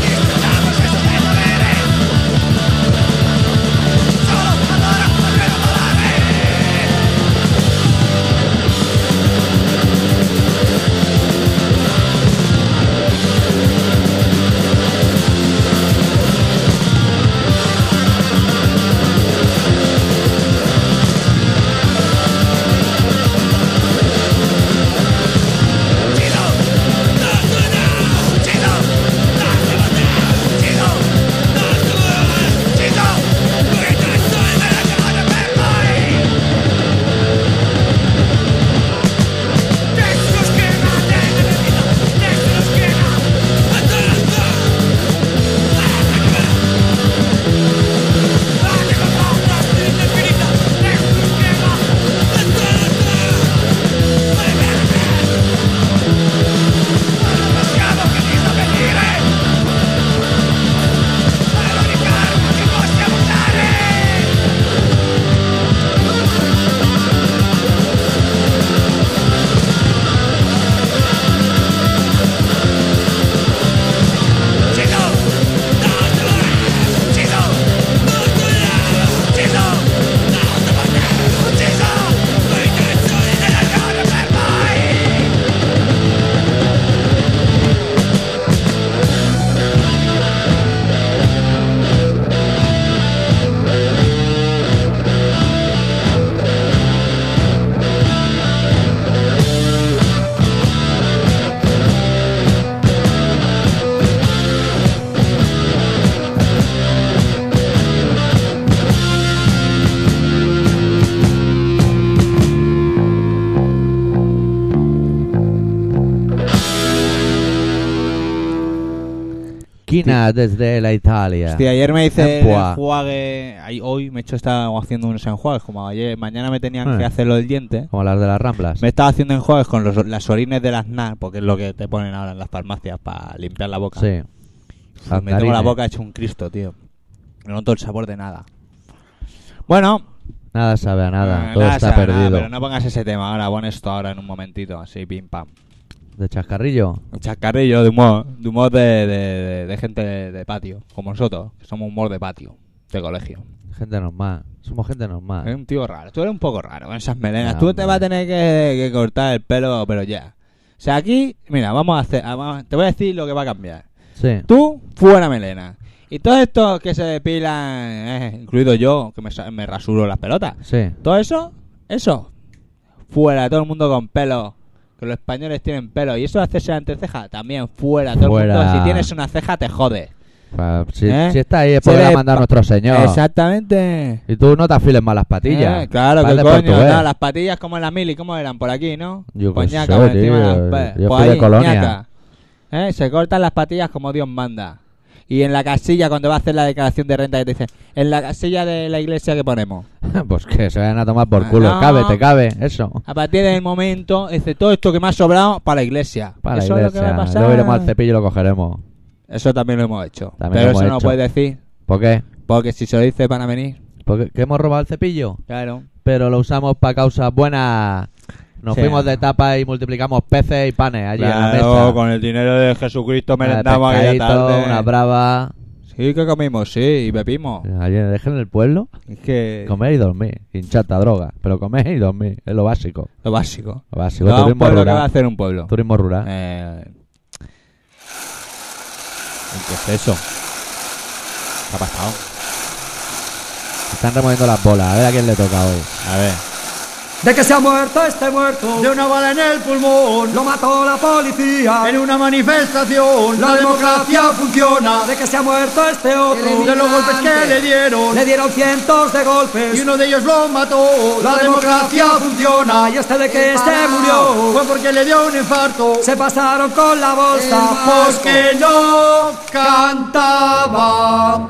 E: Discutiamo senza mai dovere Solo allora potremo volare Uccido, nascono, uccido, nascono, uccido, nascono, uccido, questa storia me la ricordo per voi. Nessuno schema della mia vita, nessuno schema, addosso. Ogni proposta indefinita, nessuno schema, addosso. Siamo che disobbedire È l'unica arma che possiamo usare Ucciso, da dolore Ucciso, da dolore Ucciso, da dolore Ucciso, l'intenzione della gloria per noi
B: Kina desde la Italia.
C: Hostia, ayer me hice el
B: Empua.
C: enjuague. ay, Hoy me he hecho estaba haciendo unos enjuagues. Como ayer, mañana me tenían
B: Eh.
C: que hacer lo del diente.
B: Como las de las Ramblas.
C: Me estaba haciendo enjuagues con los- las orines de las NAR, porque es lo que te ponen ahora en las farmacias para limpiar la boca. Uf,
B: Sí.
C: me tengo la
B: Santarines.
C: boca hecho un Cristo, tío. No noto el sabor de nada. Bueno,
B: Nada sabe a nada.
C: eh,
B: Todo
C: nada
B: está
C: sabe a nada,
B: perdido.
C: pero no pongas ese tema ahora, pon esto ahora en un momentito, así, pim pam.
B: De chascarrillo.
C: Un chascarrillo de humor, de humor de, de- de- de gente de, de patio, como nosotros, que somos humor de patio, de colegio.
B: Gente normal. Somos gente normal.
C: Eres un tío raro, tú eres un poco raro con esas melenas.
B: Ah,
C: tú te
B: hombre.
C: vas a tener que, que cortar el pelo, pero ya. O sea, aquí, mira, vamos a hacer, ah, vamos a- te voy a decir lo que va a cambiar.
B: Sí.
C: Tú, fuera melena. Y todos estos que se depilan, eh, incluido yo, que me, sa- me rasuro las pelotas.
B: Sí.
C: Todo eso, eso. Fuera, todo el mundo con pelo. Que los españoles tienen pelo. Y eso de hacerse la entreceja, también fuera. Todo
B: Fuera.
C: el mundo, si tienes una ceja, te jode.
B: Pa- Ah, Si,
C: ¿Eh?
B: si está ahí es
C: Se
B: porque la
C: le-
B: ha mandado nuestro señor.
C: Exactamente.
B: Y tú no te afiles más las patillas.
C: Eh, claro,
B: Vas
C: que
B: de
C: coño.
B: portugués.
C: nada, las patillas como en la mili, ¿cómo eran? Por aquí, ¿no?
B: Yo qué
C: Pues ñaca,
B: sé,
C: por encima
B: tío,
C: de las-
B: yo
C: pues
B: fui de
C: ahí,
B: colonia.
C: ñaca. Eh, Se cortan las patillas como Dios manda. Y en la casilla, cuando va a hacer la declaración de renta, que te dicen, en la casilla de la iglesia que ponemos.
B: *laughs* pues que se vayan a tomar por
C: Ah,
B: culo.
C: no.
B: Cabe, te cabe. Eso.
C: A partir del momento, dice, todo esto que me ha sobrado, para la iglesia.
B: Para
C: Eso es
B: la
C: lo que va a
B: iglesia.
C: pasar.
B: Luego iremos al cepillo y lo cogeremos.
C: Eso también lo hemos hecho.
B: También
C: Pero
B: lo
C: eso
B: hemos
C: no lo
B: hecho.
C: puedes decir,
B: ¿Por qué?
C: porque si se lo dices van a venir.
B: Porque que hemos robado el cepillo.
C: Claro.
B: Pero lo usamos para causas buenas. Nos
C: Sí.
B: fuimos de etapa y multiplicamos peces y panes allí a la mesa.
C: Claro, con el dinero de Jesucristo
B: Una de
C: merendamos aquella
B: pescadito,
C: tarde.
B: Una brava.
C: Sí, que comimos, sí, y bebimos.
B: Allí dejen en el pueblo.
C: Es que...
B: Comer y dormir. Hinchata, droga. Pero comer y dormir. Es lo básico.
C: Lo básico.
B: Lo básico.
C: Lo a un
B: turismo
C: pueblo que va a
B: rural.
C: hacer un pueblo.
B: Turismo rural.
C: Eh... ¿Qué es eso? ¿Qué ha pasado?
B: Están removiendo las bolas. A ver a quién le toca hoy.
C: A ver.
F: De que se ha muerto este muerto, de una bala en el pulmón, lo mató la policía en una manifestación. La democracia funciona. De que se ha muerto este otro, de los golpes que le dieron, le dieron cientos de golpes y uno de ellos lo mató. La democracia funciona y este de que se murió fue porque le dio un infarto. Se pasaron con la bolsa porque no cantaba.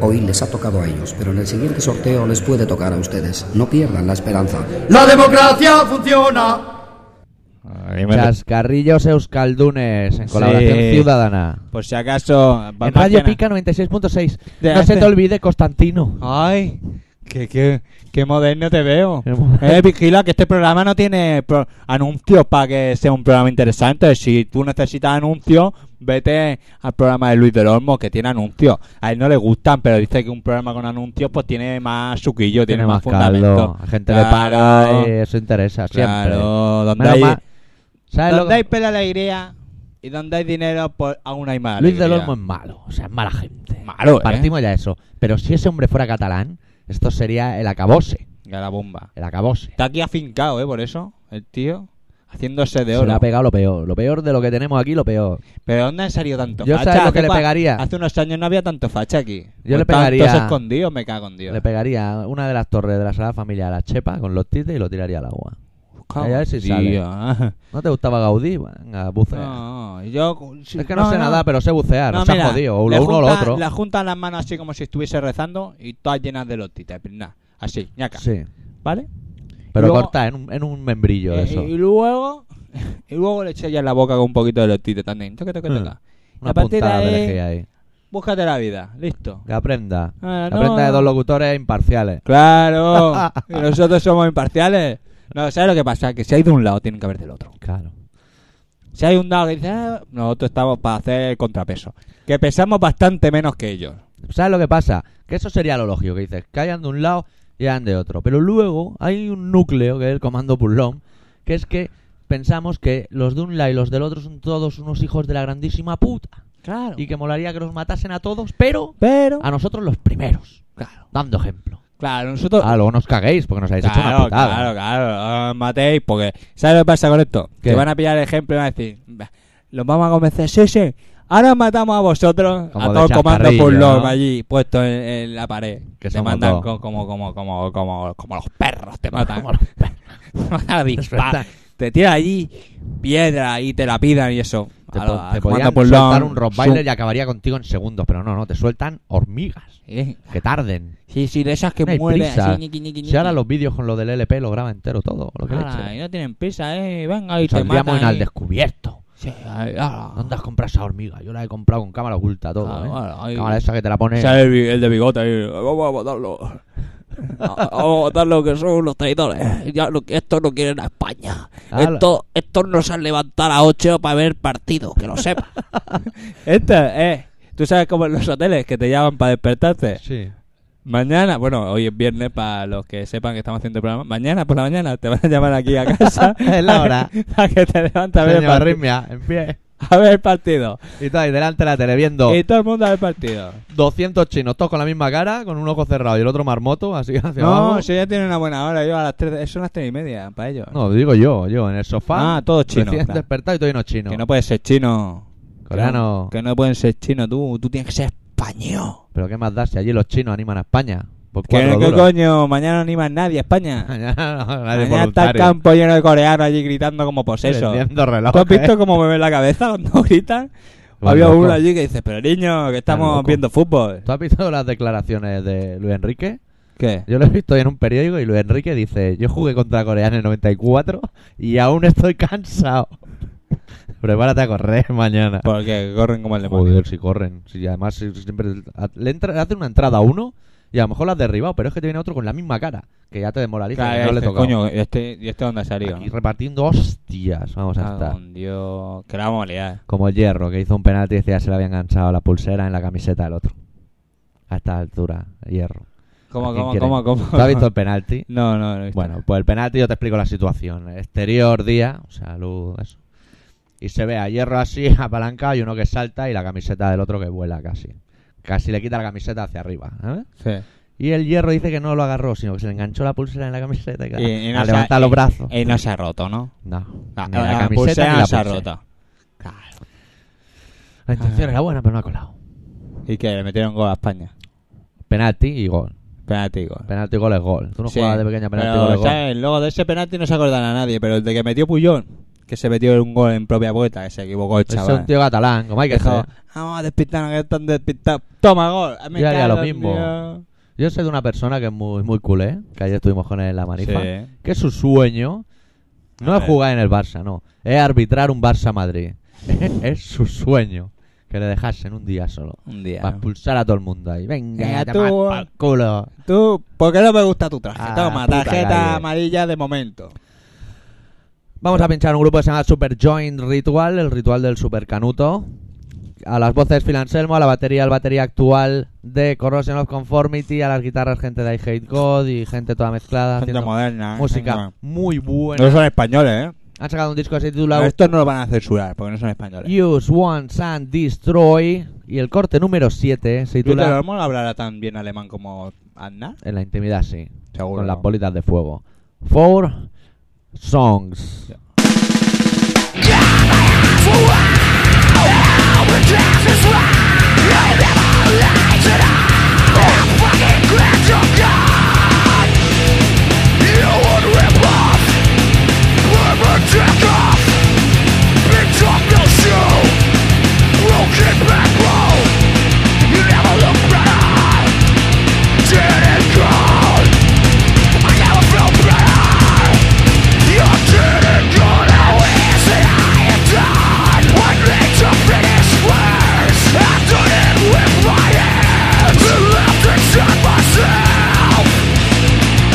G: Hoy les ha tocado a ellos, pero en el siguiente sorteo les puede tocar a ustedes. No pierdan la esperanza.
F: La democracia funciona.
C: Ahí me-
B: Chascarrillos Euskaldunes. En colaboración
C: Sí.
B: ciudadana.
C: Por si acaso...
B: En
C: mañana-
B: Radio Pica 96.6.
C: De
B: No se
C: hace-
B: te olvide Constantino.
C: Ay, qué, qué, qué moderno te veo.
B: Qué mo-
C: eh, vigila que este programa no tiene pro- anuncios para que sea un programa interesante. Si tú necesitas anuncios, vete al programa de Luis del Olmo, que tiene anuncios. A él no le gustan, pero dice que un programa con anuncios pues tiene más suquillo, tiene, más, fundamento.
B: caldo. La gente le
C: Claro,
B: paga y eso interesa siempre.
C: Claro, donde
B: Menos
C: hay,
B: mal. ¿Sabes lo
C: donde
B: que-
C: hay pela alegría y donde hay dinero, pues aún hay más
B: Luis del
C: alegría.
B: Olmo es malo, o sea, es mala gente.
C: Malo, ¿eh?
B: Partimos ya de eso. Pero si ese hombre fuera catalán, esto sería el acabose.
C: Y a la bomba.
B: El acabose.
C: Está aquí afincado, ¿eh? Por eso, el tío, haciéndose de
B: Se le
C: oro.
B: ha pegado lo peor. Lo peor de lo que tenemos aquí, lo peor.
C: ¿Pero dónde han salido tanto
B: Yo
C: facha?
B: sabes lo
C: Hace
B: que le
C: pa-
B: pegaría.
C: Hace unos años no había tanto facha aquí.
B: Yo
C: Pues
B: le pegaría-
C: Tantos escondidos, me cago en Dios.
B: Le pegaría una de las torres de la Sagrada Familia a la chepa con los tites y lo tiraría al agua.
C: Pues Cago
B: a ver
C: en
B: si
C: Dios.
B: sale.
C: *laughs*
B: ¿No te gustaba Gaudí? Venga, bucea.
C: No, yo...
B: Es que no, sé nadar, pero sé bucear.
C: No,
B: se
C: mira,
B: han jodido. O
C: le
B: lo uno o lo
C: juntan-
B: otro.
C: Le juntan las manos así como si estuviese rezando y todas llenas de lotitas. Nah, así, ñaca.
B: Sí.
C: ¿Vale?
B: Pero
C: Luego-
B: corta en un, en un membrillo
C: Eh,
B: eso.
C: y luego... *laughs* Y luego le echas ya en la boca con un poquito de lotite también. Toca, toca,
B: Mm.
C: toca.
B: Una
C: a partir de
B: puntada de
C: ahí-
B: lejía ahí.
C: Búscate la vida. Listo.
B: Que aprenda.
C: Ah,
B: que aprenda
C: no.
B: de dos locutores
C: *laughs*
B: imparciales.
C: Claro, y nosotros somos imparciales. No, ¿sabes lo que pasa? Que si hay de un lado, tienen que haber del otro.
B: Claro.
C: Si hay un lado que dice, "Ah", nosotros estamos para hacer el contrapeso. Que pesamos bastante menos que ellos.
B: ¿Sabes lo que pasa? Que eso sería lo lógico, que dices, que hayan de un lado y hayan de otro. Pero luego hay un núcleo, que es el comando Purlón, que es que pensamos que los de un lado y los del otro son todos unos hijos de la grandísima puta.
C: Claro.
B: Y que molaría que los matasen a todos, pero
C: Pero,
B: a nosotros los primeros,
C: claro,
B: dando ejemplo.
C: claro, nosotros.
B: Ah, luego nos caguéis porque nos habéis hecho una
C: claro,
B: putada.
C: claro, claro, os matéis, porque. ¿Sabes lo que pasa con esto?
B: ¿Qué?
C: Que van a pillar el ejemplo y van a decir, "Bah, los vamos a convencer, sí, sí. Ahora matamos a vosotros,
B: Como
C: a
B: de
C: todos comando
B: chascarrillo,
C: por
B: ¿no?
C: allí, puesto en, en la pared.
B: Que
C: te
B: somos
C: mandan
B: dos.
C: co- como, como, como, como, como los perros, te matan.
B: Como los perros.
C: *laughs* Ahora dispara.
B: sueltan.
C: Te tira allí piedra y te la pidan y eso.
B: Te,
C: A
B: po-
C: lo- a
B: te
C: comando
B: podían
C: por
B: soltar
C: long,
B: un Rottweiler
C: zoom.
B: y acabaría contigo en segundos, pero no, no, te sueltan hormigas.
C: Eh,
B: Que tarden.
C: Sí, sí, de esas *laughs* que
B: No hay
C: muerden
B: prisa.
C: así, ñiqui, ñiqui,
B: Si ahora
C: ñiqui.
B: los vídeos con lo del LP lo graba entero todo, lo que le
C: Ala, y
B: eche.
C: no tienen prisa, eh. Venga, y te
B: Saldríamos
C: matan.
B: en al
C: eh.
B: descubierto.
C: Sí, ah. ay, ala.
B: ¿Dónde has comprado esa hormiga? Yo la he comprado con cámara oculta todo,
C: Ah,
B: ¿eh?
C: bueno, ahí-
B: Cámara esa que te la pone...
C: Sale el, bi- el de bigote ahí. Vamos a
B: *laughs*
C: matarlo. Vamos a matarlo que son unos traidores. Ya lo, estos no quieren a España.
B: Ah, lo-
H: Esto- estos no se han levantado a las 8 para ver partido, que lo sepa.
C: Esta, eh. Tú sabes como en los hoteles que te llaman para despertarte.
B: Sí.
C: Mañana, bueno, hoy es viernes para los que sepan que estamos haciendo el programa. Mañana por la mañana te van a llamar aquí a casa.
B: *laughs* Es la hora.
C: *laughs* Para que te levantes a ver, el
B: Señor
C: partido,
B: Arritmia, en pie.
C: a ver el partido.
B: Y todo ahí delante de la tele viendo
C: Y todo el mundo a ver el partido.
B: 200 chinos, todos con la misma cara, con un ojo cerrado y el otro marmoto, así hacia
C: No,
B: abajo.
C: si ya tienen una buena hora. Yo a las tres, de- son las tres y media para ellos.
B: No, digo yo, yo en el sofá.
C: Ah, todos chinos,
B: Recién
C: claro.
B: despertado y todo lleno chino.
C: Que no puede ser chino.
B: Coreano.
C: Que no pueden ser chinos, tú. Tú tienes que ser español.
B: Pero qué más da si allí los chinos animan a España. Por
C: ¿Qué,
B: cuatro
C: qué
B: duros.
C: coño? Mañana no anima nadie a España.
B: Mañana no, *laughs* nadie
C: Mañana está el
B: voluntario.
C: campo lleno de coreanos allí gritando como poseso.
B: Vendiendo relojes.
C: ¿Tú has visto cómo me ven la cabeza cuando *laughs* gritan?
B: Van
C: Había
B: loco.
C: uno allí que dice, pero niño, que
B: Van
C: estamos
B: loco.
C: viendo fútbol.
B: ¿Tú has visto las declaraciones de Luis Enrique?
C: ¿Qué?
B: Yo lo he visto en un periódico y Luis Enrique dice, yo jugué contra Corea en el 94 y aún estoy cansado. *laughs* Prepárate a correr mañana.
C: Porque corren como el demonio.
B: Joder, si corren. Si además si- si siempre a- le, entra- le hace una entrada a uno y a lo mejor la has derribado, pero es que te viene otro con la misma cara, que ya te desmoraliza,
C: Claro,
B: que no le
C: dice,
B: toca.
C: coño, ¿y este, y este dónde ha salido?
B: Aquí repartiendo hostias, vamos a estar.
C: Ah, Dios, que la vamos a liar.
B: Como Hierro, que hizo un penalti y decía se le había enganchado la pulsera en la camiseta del otro. A esta altura, Hierro. ¿A
C: ¿Cómo,
B: quién
C: cómo,
B: quieren?
C: cómo, cómo?
B: ¿Tú has visto el penalti?
C: *laughs* No, no, no. he visto.
B: Bueno, pues el penalti yo te explico la situación. Exterior día, o sea, luz, eso. Y se ve a hierro así, *laughs* apalancado, y uno que salta y la camiseta del otro que vuela casi. Casi le quita la camiseta hacia arriba. ¿eh?
C: Sí.
B: Y el hierro dice que no lo agarró, sino que se le enganchó la pulsera en la camiseta y, claro,
C: Y- y no
B: a
C: se ha-
B: levantar los brazos.
C: Y no se ha roto, ¿no?
B: no,
C: La,
B: ni la,
C: la
B: camiseta
C: pulsera
B: ni la
C: no se ha
B: pulsera.
C: roto. Claro.
B: La intención era buena, pero no ha colado.
C: Y que le metieron gol a España.
B: Penalti y gol.
C: Penalti y gol.
B: Penalti y gol es gol. Tú no
C: Sí,
B: jugabas de pequeña penalti y
C: pero,
B: gol es gol.
C: ¿sabes? Luego de ese penalti no se acordan a nadie, pero el de que metió Puyol, que se metió un gol en propia puerta, que se equivocó el
B: Ese
C: chaval.
B: es un tío catalán, como hay que
C: Dijo,
B: ser.
C: vamos a despistarnos, que están despistados. Toma gol. Ah, me
B: Yo haría
C: cago
B: lo
C: en
B: mismo.
C: Dios.
B: Yo sé de una persona que es muy, muy culé, que ayer estuvimos con él en la manifa,
C: Sí.
B: que su sueño no
C: A
B: es
C: ver.
B: jugar en el Barça, no, es arbitrar un Barça-Madrid. *laughs* es su sueño, que le dejasen un día solo,
C: Un día.
B: para expulsar a todo el mundo ahí. Venga,
C: Venga,
B: te
C: tú,
B: vas
C: eh.
B: pa'l culo.
C: Tú, ¿por qué no me gusta tu traje?
B: Ah,
C: Toma,
B: puta
C: tarjeta
B: calle.
C: amarilla de momento.
B: Vamos a pinchar un grupo que se llama Super Joint Ritual, el ritual del Super Canuto. A las voces Phil Anselmo, a la batería, el batería actual de Corrosion of Conformity, a las guitarras gente de I Hate God y gente toda mezclada.
C: Gente
B: haciendo
C: moderna.
B: música
C: gente-
B: muy buena.
C: No son españoles, ¿eh?
B: Han sacado un disco así
C: Pero
B: titulado
C: Estos no lo van a censurar porque no son españoles.
B: Use Once and Destroy. Y el corte número 7 se
C: ¿Tú
B: titula
C: no hablará tan bien alemán como Aznar? *laughs*
B: En la intimidad, sí.
C: Seguro.
B: Con las bolitas de fuego. Four songs.
E: I've done it with my hands and left inside myself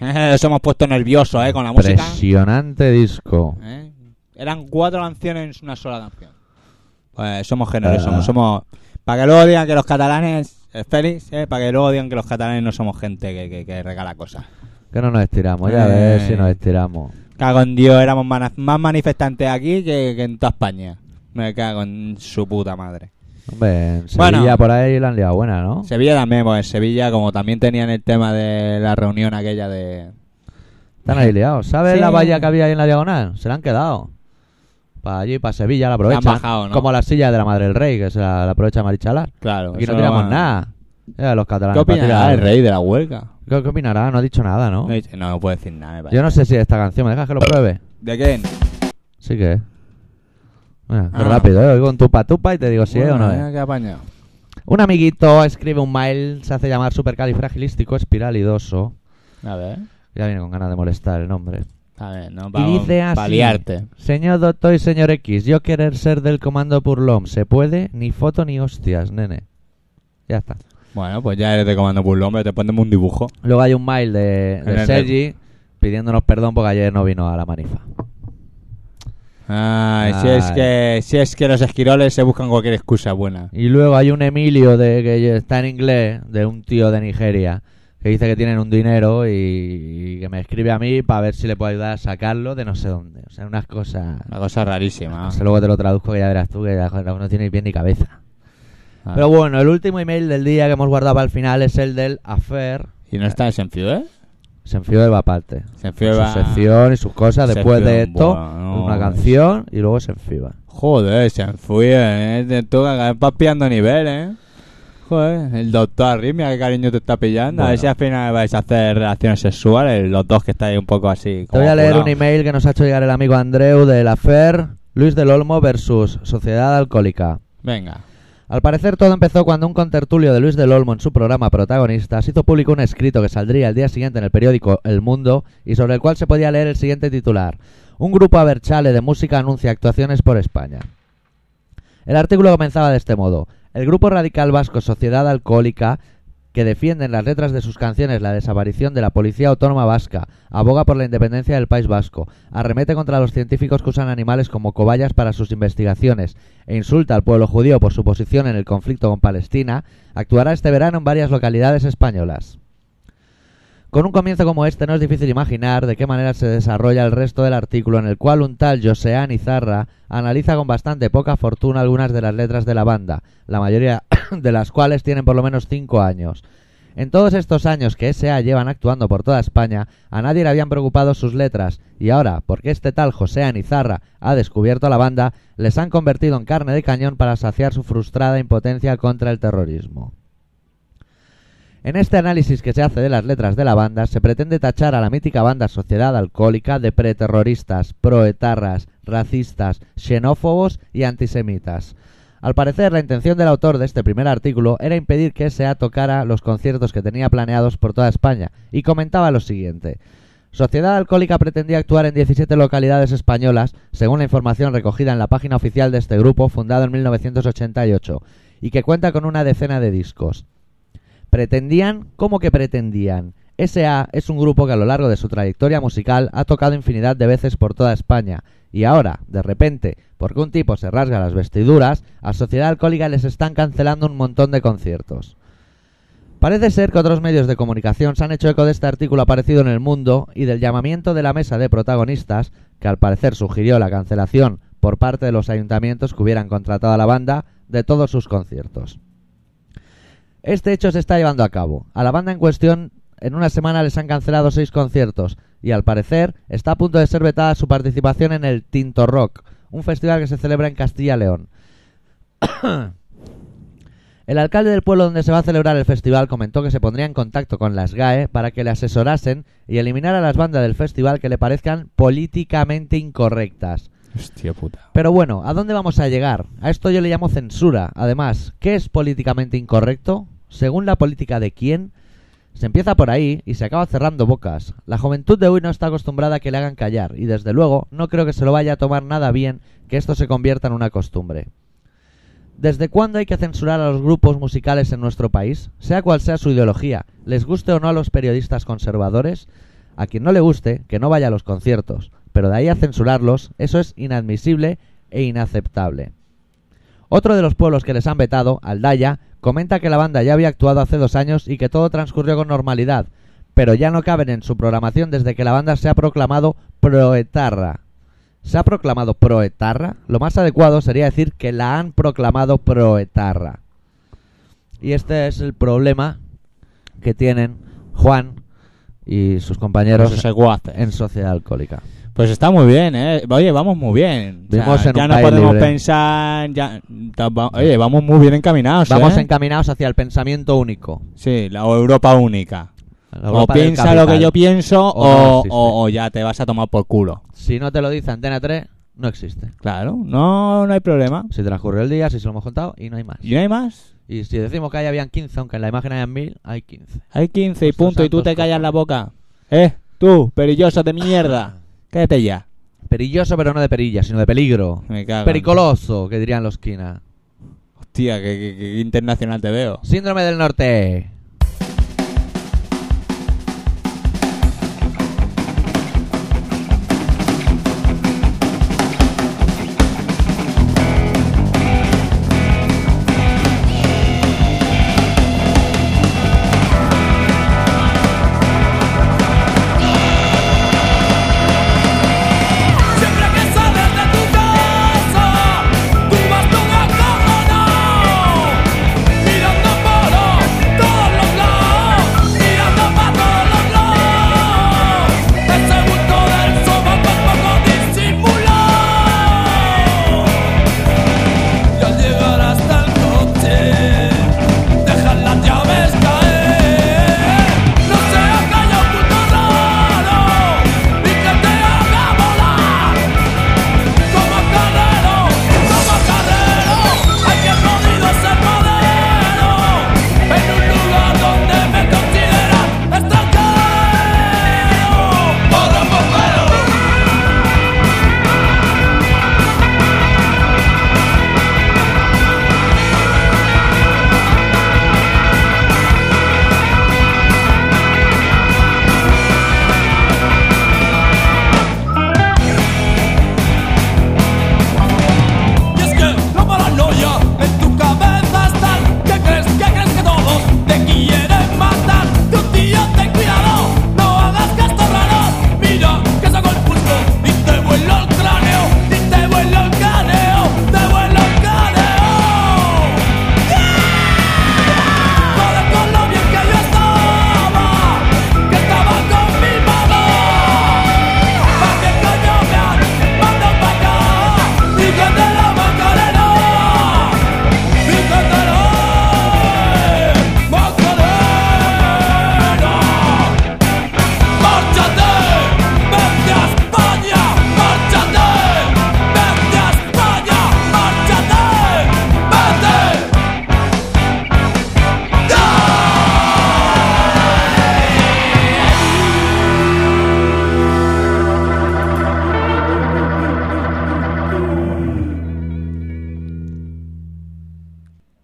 E: Nos hemos puesto nerviosos, ¿eh? Con la música.
B: Impresionante disco.
E: ¿eh? Eran cuatro canciones en una sola canción. Pues somos generosos,
B: Ah.
E: somos... Para que luego digan que los catalanes... eh, Félix, ¿eh? Para que luego digan que los catalanes no somos gente que, que- que regala cosas.
B: Que no nos estiramos, ya
E: Eh.
B: ves si nos estiramos.
E: Cago en Dios, éramos mana- más manifestantes aquí que, que en toda España. Me cago en su puta madre.
B: Hombre, en
E: Bueno.
B: Sevilla por ahí la han liado buena, ¿no?
E: Sevilla también, pues en Sevilla, como también tenían el tema de la reunión aquella de...
B: Están ahí liados. ¿Sabes
E: Sí.
B: la valla que había ahí en la diagonal? Se la han quedado. Para allí, para Sevilla, la aprovechan.
E: bajado, ¿no?
B: Como la silla de la Madre del Rey, que se la, la aprovecha Marichalar.
E: Claro.
B: Aquí
E: eso
B: no tiramos
E: va-
B: nada. Eh, los catalanes.
E: ¿Qué
B: para
E: opinará
B: tirar-
E: el rey de la huelga?
B: ¿Qué, qué opinará? No ha dicho nada, ¿no?
E: No, dice- no, no puede decir nada, me parece.
B: Yo no sé si esta canción. ¿Me dejas que lo pruebe?
E: ¿De quién?
B: Sí que es. Bueno, qué
E: Ah.
B: rápido, ¿eh? Voy con tupa tupa y te digo si es o
E: Bueno,
B: no es.
E: mira qué apañado.
B: Un amiguito escribe un mail, se hace llamar supercalifragilístico espiralidoso.
E: A ver.
B: Ya viene con ganas de molestar el nombre.
E: A ver, no,
B: Y
E: vamos
B: dice así.
E: paliarte.
B: Señor Doctor y señor X, yo querer ser del comando Purlom, ¿se puede? Ni foto ni hostias, nene. Ya está.
E: Bueno, pues ya eres de comando por hombre, te ponemos un dibujo.
B: Luego hay un mail de,
E: En
B: de
E: el
B: Sergi pidiéndonos perdón porque ayer no vino a la manifa.
C: Ay, Si, es
B: Ay.
C: que, si es que los esquiroles se buscan cualquier excusa buena.
B: Y luego hay un Emilio de, que está en inglés, de un tío de Nigeria, que dice que tienen un dinero y, y que me escribe a mí para ver si le puedo ayudar a sacarlo de no sé dónde. O sea, unas cosas...
C: Una cosa rarísima.
B: O sea, luego te Ah, lo traduzco que ya verás tú que ya, joder, no tiene ni pie ni cabeza.
C: Ah.
B: Pero bueno, el último email del día que hemos guardado para el final es el del Affair.
C: Y no está Senfío, ¿eh?
B: Se enfió de Baparte.
C: Se
B: Su
C: enfió va-
B: sección y sus cosas. Después de
C: Sección,
B: esto,
C: buah, no,
B: una
C: es-
B: canción y luego se enfiba.
C: Joder, Senfío, ¿eh? Te toca, vas pillando nivel, ¿eh? Joder, el doctor Arritmia, qué cariño te está pillando. A ver
B: Bueno.
C: si al final vais a hacer relaciones sexuales, los dos que estáis un poco así.
B: Te
C: como
B: voy a leer un
C: curados.
B: email que nos ha hecho llegar el amigo Andreu de la FER, Luis del Olmo versus Sociedad Alcohólica.
C: Venga.
B: Al parecer todo empezó cuando un contertulio de Luis del Olmo en su programa Protagonistas hizo público un escrito que saldría el día siguiente en el periódico El Mundo y sobre el cual se podía leer el siguiente titular. Un grupo aberchale de música anuncia actuaciones por España. El artículo comenzaba de este modo. El grupo radical vasco Sociedad Alcohólica, que defiende en las letras de sus canciones la desaparición de la Policía Autónoma Vasca, aboga por la independencia del País Vasco, arremete contra los científicos que usan animales como cobayas para sus investigaciones e insulta al pueblo judío por su posición en el conflicto con Palestina, actuará este verano en varias localidades españolas. Con un comienzo como este no es difícil imaginar de qué manera se desarrolla el resto del artículo en el cual un tal Josean Izarra analiza con bastante poca fortuna algunas de las letras de la banda, la mayoría *coughs* de las cuales tienen por lo menos cinco años. En todos estos años que S.A. llevan actuando por toda España, a nadie le habían preocupado sus letras, y ahora, porque este tal José Anizarra ha descubierto a la banda, les han convertido en carne de cañón para saciar su frustrada impotencia contra el terrorismo. En este análisis que se hace de las letras de la banda, se pretende tachar a la mítica banda Sociedad Alcohólica de preterroristas, proetarras, racistas, xenófobos y antisemitas. Al parecer, la intención del autor de este primer artículo era impedir que SEA tocara los conciertos que tenía planeados por toda España, y comentaba lo siguiente. Sociedad Alcohólica pretendía actuar en 17 localidades españolas, según la información recogida en la página oficial de este grupo, fundado en 1988, y que cuenta con una decena de discos. ¿Pretendían? ¿Cómo que pretendían? SA es un grupo que a lo largo de su trayectoria musical ha tocado infinidad de veces por toda España. Y ahora, de repente, porque un tipo se rasga las vestiduras, a Sociedad Alcohólica les están cancelando un montón de conciertos. Parece ser que otros medios de comunicación se han hecho eco de este artículo aparecido en El Mundo y del llamamiento de la mesa de protagonistas, que al parecer sugirió la cancelación por parte de los ayuntamientos que hubieran contratado a la banda de todos sus conciertos. Este hecho se está llevando a cabo. A la banda en cuestión, en una semana les han cancelado seis conciertos y al parecer está a punto de ser vetada su participación en el Tinto Rock, un festival que se celebra en Castilla y León. *coughs* El alcalde del pueblo donde se va a celebrar el festival comentó que se pondría en contacto con las GAE para que le asesorasen y eliminar a las bandas del festival que le parezcan políticamente incorrectas.
C: Hostia puta.
B: Pero bueno, ¿a dónde vamos a llegar? A esto yo le llamo censura. Además, ¿qué es políticamente incorrecto? Según la política de quién, se empieza por ahí y se acaba cerrando bocas. La juventud de hoy no está acostumbrada a que le hagan callar y desde luego no creo que se lo vaya a tomar nada bien que esto se convierta en una costumbre. ¿Desde cuándo hay que censurar a los grupos musicales en nuestro país? Sea cual sea su ideología, les guste o no a los periodistas conservadores, a quien no le guste, que no vaya a los conciertos. Pero de ahí a censurarlos, eso es inadmisible e inaceptable. Otro de los pueblos que les han vetado, Aldaya, comenta que la banda ya había actuado hace dos años y que todo transcurrió con normalidad, pero ya no caben en su programación desde que la banda se ha proclamado proetarra. ¿Se ha proclamado proetarra? Lo más adecuado sería decir que la han proclamado proetarra. Y este es el problema que tienen Juan y sus compañeros
C: Los secuaces.
B: en Sociedad Alcohólica.
C: Pues está muy bien, ¿eh? Oye, vamos muy bien. O sea,
B: Vivimos en
C: ya
B: un
C: no
B: país
C: podemos
B: libre.
C: pensar... Ya, tapa- oye, vamos muy bien encaminados,
B: Vamos
C: ¿eh?
B: encaminados hacia el pensamiento único.
C: Sí, la Europa única.
B: La Europa
C: o
B: del
C: piensa lo que
B: capital.
C: yo pienso
B: O no
C: o,
B: existe.
C: o- o ya te vas a tomar por culo.
B: Si no te lo dice Antena 3, no existe.
C: Claro, no, no hay problema.
B: Si transcurrió el día, si se lo hemos contado y no hay más.
C: ¿Y no hay más?
B: Y si decimos que ahí habían 15, aunque en la imagen hayan 1000, hay 15.
C: Hay 15 y
B: Ostras,
C: punto y tú
B: santos
C: te callas la boca. ¿Eh? Tú, perilloso de
B: *laughs*
C: mierda. Cállate ya.
B: Perilloso, pero no de perilla, sino de peligro.
C: Me cago. en-
B: Pericoloso, que dirían los quinas.
C: Hostia, que, que- que internacional te veo.
B: Síndrome del norte.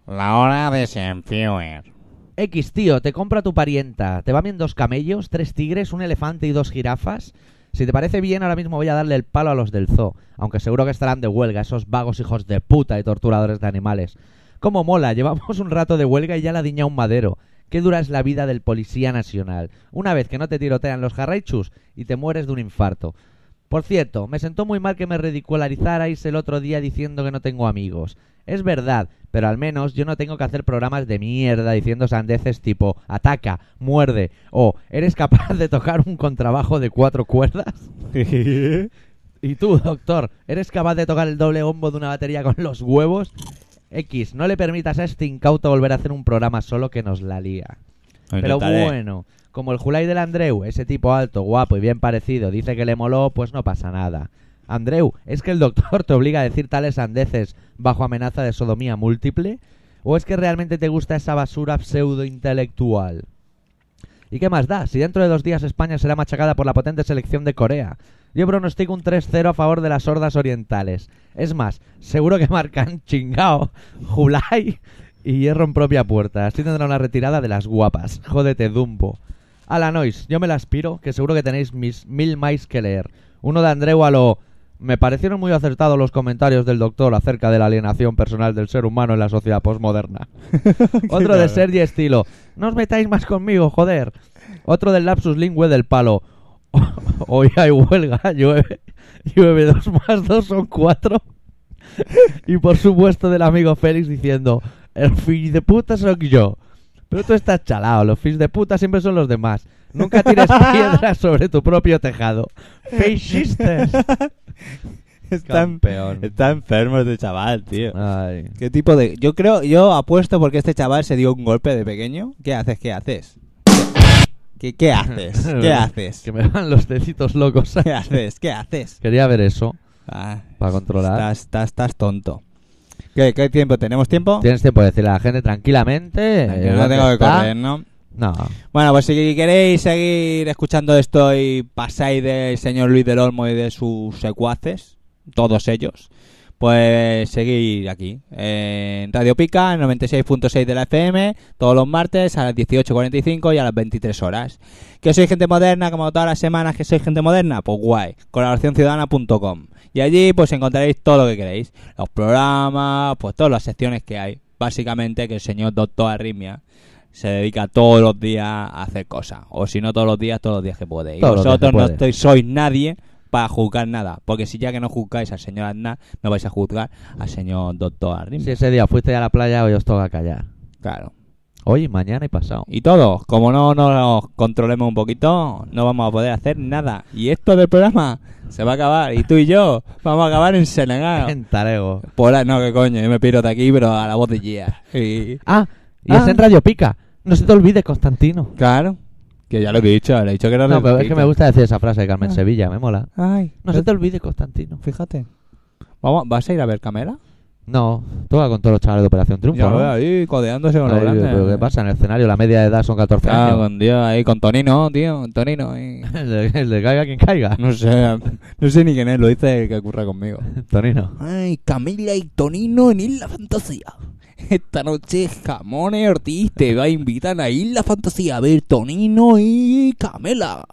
I: La hora de Senfewer.
B: X, tío, te compra tu parienta. Te va bien dos camellos, tres tigres, un elefante y dos jirafas. Si te parece bien, ahora mismo voy a darle el palo a los del zoo. Aunque seguro que estarán de huelga, esos vagos hijos de puta y torturadores de animales. Como mola, *laughs* llevamos un rato de huelga y ya la diña un madero. Qué dura es la vida del policía nacional. Una vez que no te tirotean los jarraichus y te mueres de un infarto. Por cierto, me sentó muy mal que me ridicularizarais el otro día diciendo que no tengo amigos. Es verdad, pero al menos yo no tengo que hacer programas de mierda diciendo sandeces tipo ataca, muerde o eres capaz de tocar un contrabajo de cuatro cuerdas. y tú, doctor, ¿eres capaz de tocar el doble bombo de una batería con los huevos? X, no le permitas a este incauto volver a hacer un programa solo que nos la lía. Pero
C: eh.
B: bueno, como el Julai del Andreu, ese tipo alto, guapo y bien parecido, dice que le moló, pues no pasa nada. Andreu, ¿es que el doctor *laughs* te obliga a decir tales sandeces bajo amenaza de sodomía múltiple? ¿O es que realmente te gusta esa basura pseudo-intelectual? ¿Y qué más da? Si dentro de dos días España será machacada por la potente selección de Corea. Yo pronostico un 3-0 a favor de las hordas orientales. Es más, seguro que *laughs* marcan chingao, Julai y hierro en propia puerta. Así tendrá una retirada de las guapas. Jódete, Dumbo. A la nois, yo me la aspiro, que seguro que tenéis mis mil más que leer. Uno de Andreu a lo... Me parecieron muy acertados los comentarios del doctor acerca de la alienación personal del ser humano en la sociedad posmoderna. *laughs* Otro de Sergi Estilo. No os metáis más conmigo, joder. Otro del lapsus lingüe del palo. *laughs* Hoy hay huelga, *laughs* llueve, llueve dos más dos son cuatro. Y por supuesto del amigo Félix diciendo, el fish de puta soy yo. Pero tú estás chalado, los fish de puta siempre son los demás. Nunca
C: *laughs*
B: tires piedras sobre tu propio tejado. Fishistes.
C: *laughs* Están,
B: Campeón. Ah.
C: está enfermo este chaval, tío.
B: *laughs* Ay.
C: ¿Qué tipo de.? Yo creo, yo apuesto porque este chaval se dio un golpe de pequeño. ¿Qué haces? ¿Qué haces? ¿Qué, qué
B: *laughs*
C: haces? ¿Qué haces?
B: Que me van los deditos locos.
C: *laughs* ¿Qué haces? ¿Qué haces?
B: Quería ver eso.
C: Ah,
B: Para controlar.
C: Estás, estás, estás tonto. ¿Qué, qué tiempo? ¿Tenemos tiempo?
B: Tienes tiempo de decirle a la gente tranquilamente.
C: Ah, que
B: eh,
C: no
B: ¿dónde
C: tengo que
B: está?
C: correr, ¿no?
B: No.
C: Bueno, pues si queréis seguir escuchando esto y pasáis del señor Luis del Olmo y de sus secuaces, todos ellos, pues seguir aquí en Radio Pica, en 96.6 de la FM, todos los martes a las 18.45 y a las 23 horas. ¿Que sois gente moderna como todas las semanas que sois gente moderna? Pues guay, colaboracionciudadana.com. Y allí pues encontraréis todo lo que queréis, los programas, pues todas las secciones que hay. Básicamente que el señor Doctor Arritmia se dedica todos los días a hacer cosas. O si no todos los días, todos los días que puede. Y
B: Todos los días
C: vosotros
B: que
C: no
B: puede.
C: estoy- sois nadie para juzgar nada. Porque si ya que no juzgáis al señor Aznar, no vais a juzgar al señor Doctor Arritmia.
B: Si ese día fuiste a la playa, hoy os toca callar.
C: Claro.
B: Hoy, mañana y pasado.
C: Y todos, como no nos controlemos un poquito, no vamos a poder hacer nada. Y esto del programa se va a acabar. Y tú y yo vamos a acabar en Senegal.
B: *laughs* En Tarego.
C: Por ahí- no, que coño, yo me piro de aquí, pero a la voz de Gia. Y,
B: Ah, y
C: Ah.
B: es en Radio Pica. No se te olvide, Constantino.
C: claro, que ya lo que he dicho, le he dicho que era
B: No, pero es que
C: repetido.
B: me gusta decir esa frase de Carmen
C: Ah.
B: Sevilla, me mola.
C: Ay,
B: No se te olvide, Constantino.
C: fíjate. Vamos, ¿Vas a ir a ver Camela?
B: No, toca con todos los chavales de Operación Triunfo.
C: Ya
B: ¿no?
C: veo ahí codeándose con
B: Ay,
C: los grandes.
B: pero ¿Qué pasa? En el escenario la media de edad son 14
C: Ah,
B: años.
C: con Dios, ahí con Tonino, tío, con Tonino. ahí.
B: *laughs* El de- el de caiga quien caiga.
C: *laughs* No sé, no sé ni quién es, lo dice el que ocurre conmigo.
B: Tonino.
J: Ay, Camila y Tonino en Isla Fantasía. Esta noche Jamones Ortiz te va a invitar a Isla Fantasía a ver Tonino y Camela.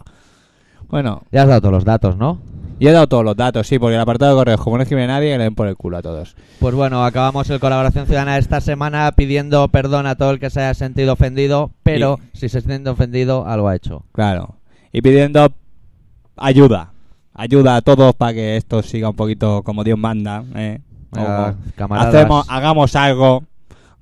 C: Bueno,
B: Ya has dado todos los datos, ¿no?
C: y he dado todos los datos, sí, porque el apartado de correos, como no escribe nadie, que le den por el culo a todos.
B: Pues bueno, acabamos el colaboración ciudadana de esta semana pidiendo perdón a todo el que se haya sentido ofendido, pero si se siente ofendido, algo ha hecho.
C: Claro. Y pidiendo ayuda. Ayuda a todos para que esto siga un poquito como Dios manda. ¿eh?
B: Ah,
C: Ojo.
B: camaradas.
C: Hacemos, hagamos algo.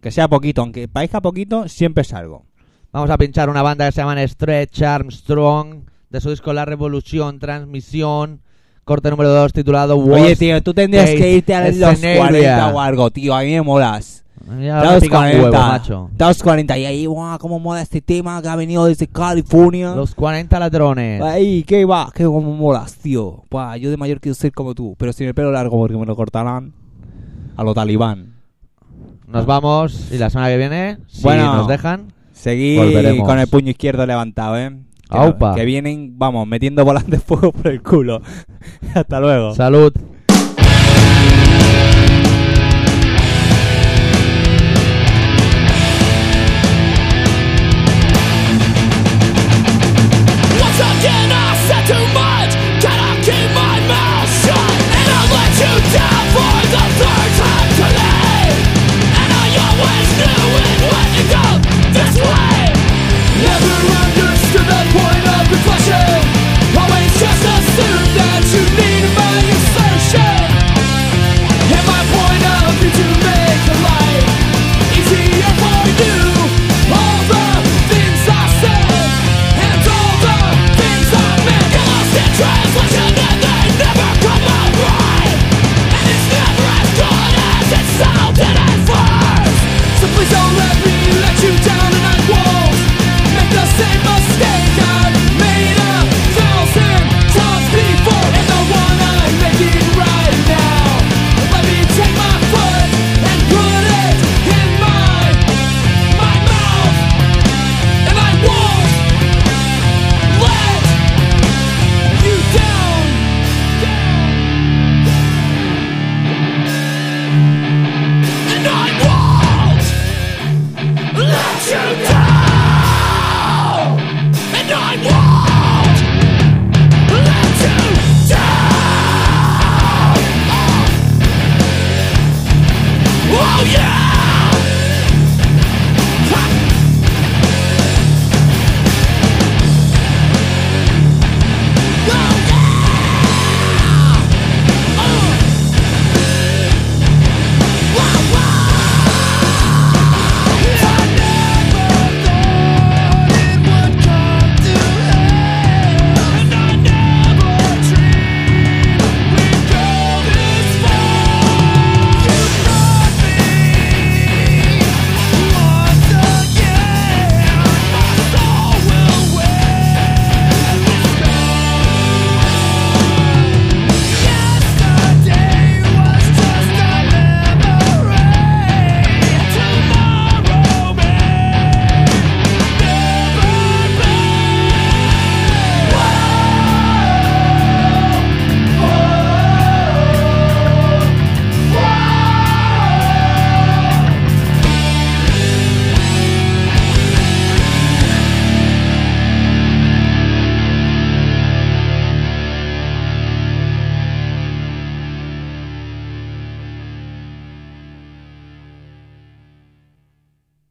C: Que sea poquito, aunque parezca poquito, siempre es algo.
B: Vamos a pinchar una banda que se llama Stretch Armstrong, de su disco La Revolución, Transmisión, corte número 2 titulado
C: Oye,
B: Worst
C: tío, tú tendrías
B: Case
C: que irte a los
B: Scenario.
C: 40 o algo, tío. A mí me molas.
B: Ya
C: Daos
B: me pica un
C: 40.
B: huevo, macho.
C: Daos 40. Y ahí, guau, cómo mola este tema que ha venido desde California.
B: Los 40 ladrones.
C: Ahí, que va, que como molas, tío. Buah, yo de mayor quiero ser como tú, pero sin el pelo largo porque me lo cortarán a lo talibán.
B: Nos vamos y la semana que viene, si
C: Bueno.
B: nos dejan,
C: Seguí
B: Volveremos.
C: con el puño izquierdo levantado, ¿eh? Que,
B: Aupa.
C: que vienen, vamos, metiendo bolas de fuego por el culo. *laughs* Hasta luego.
B: salud.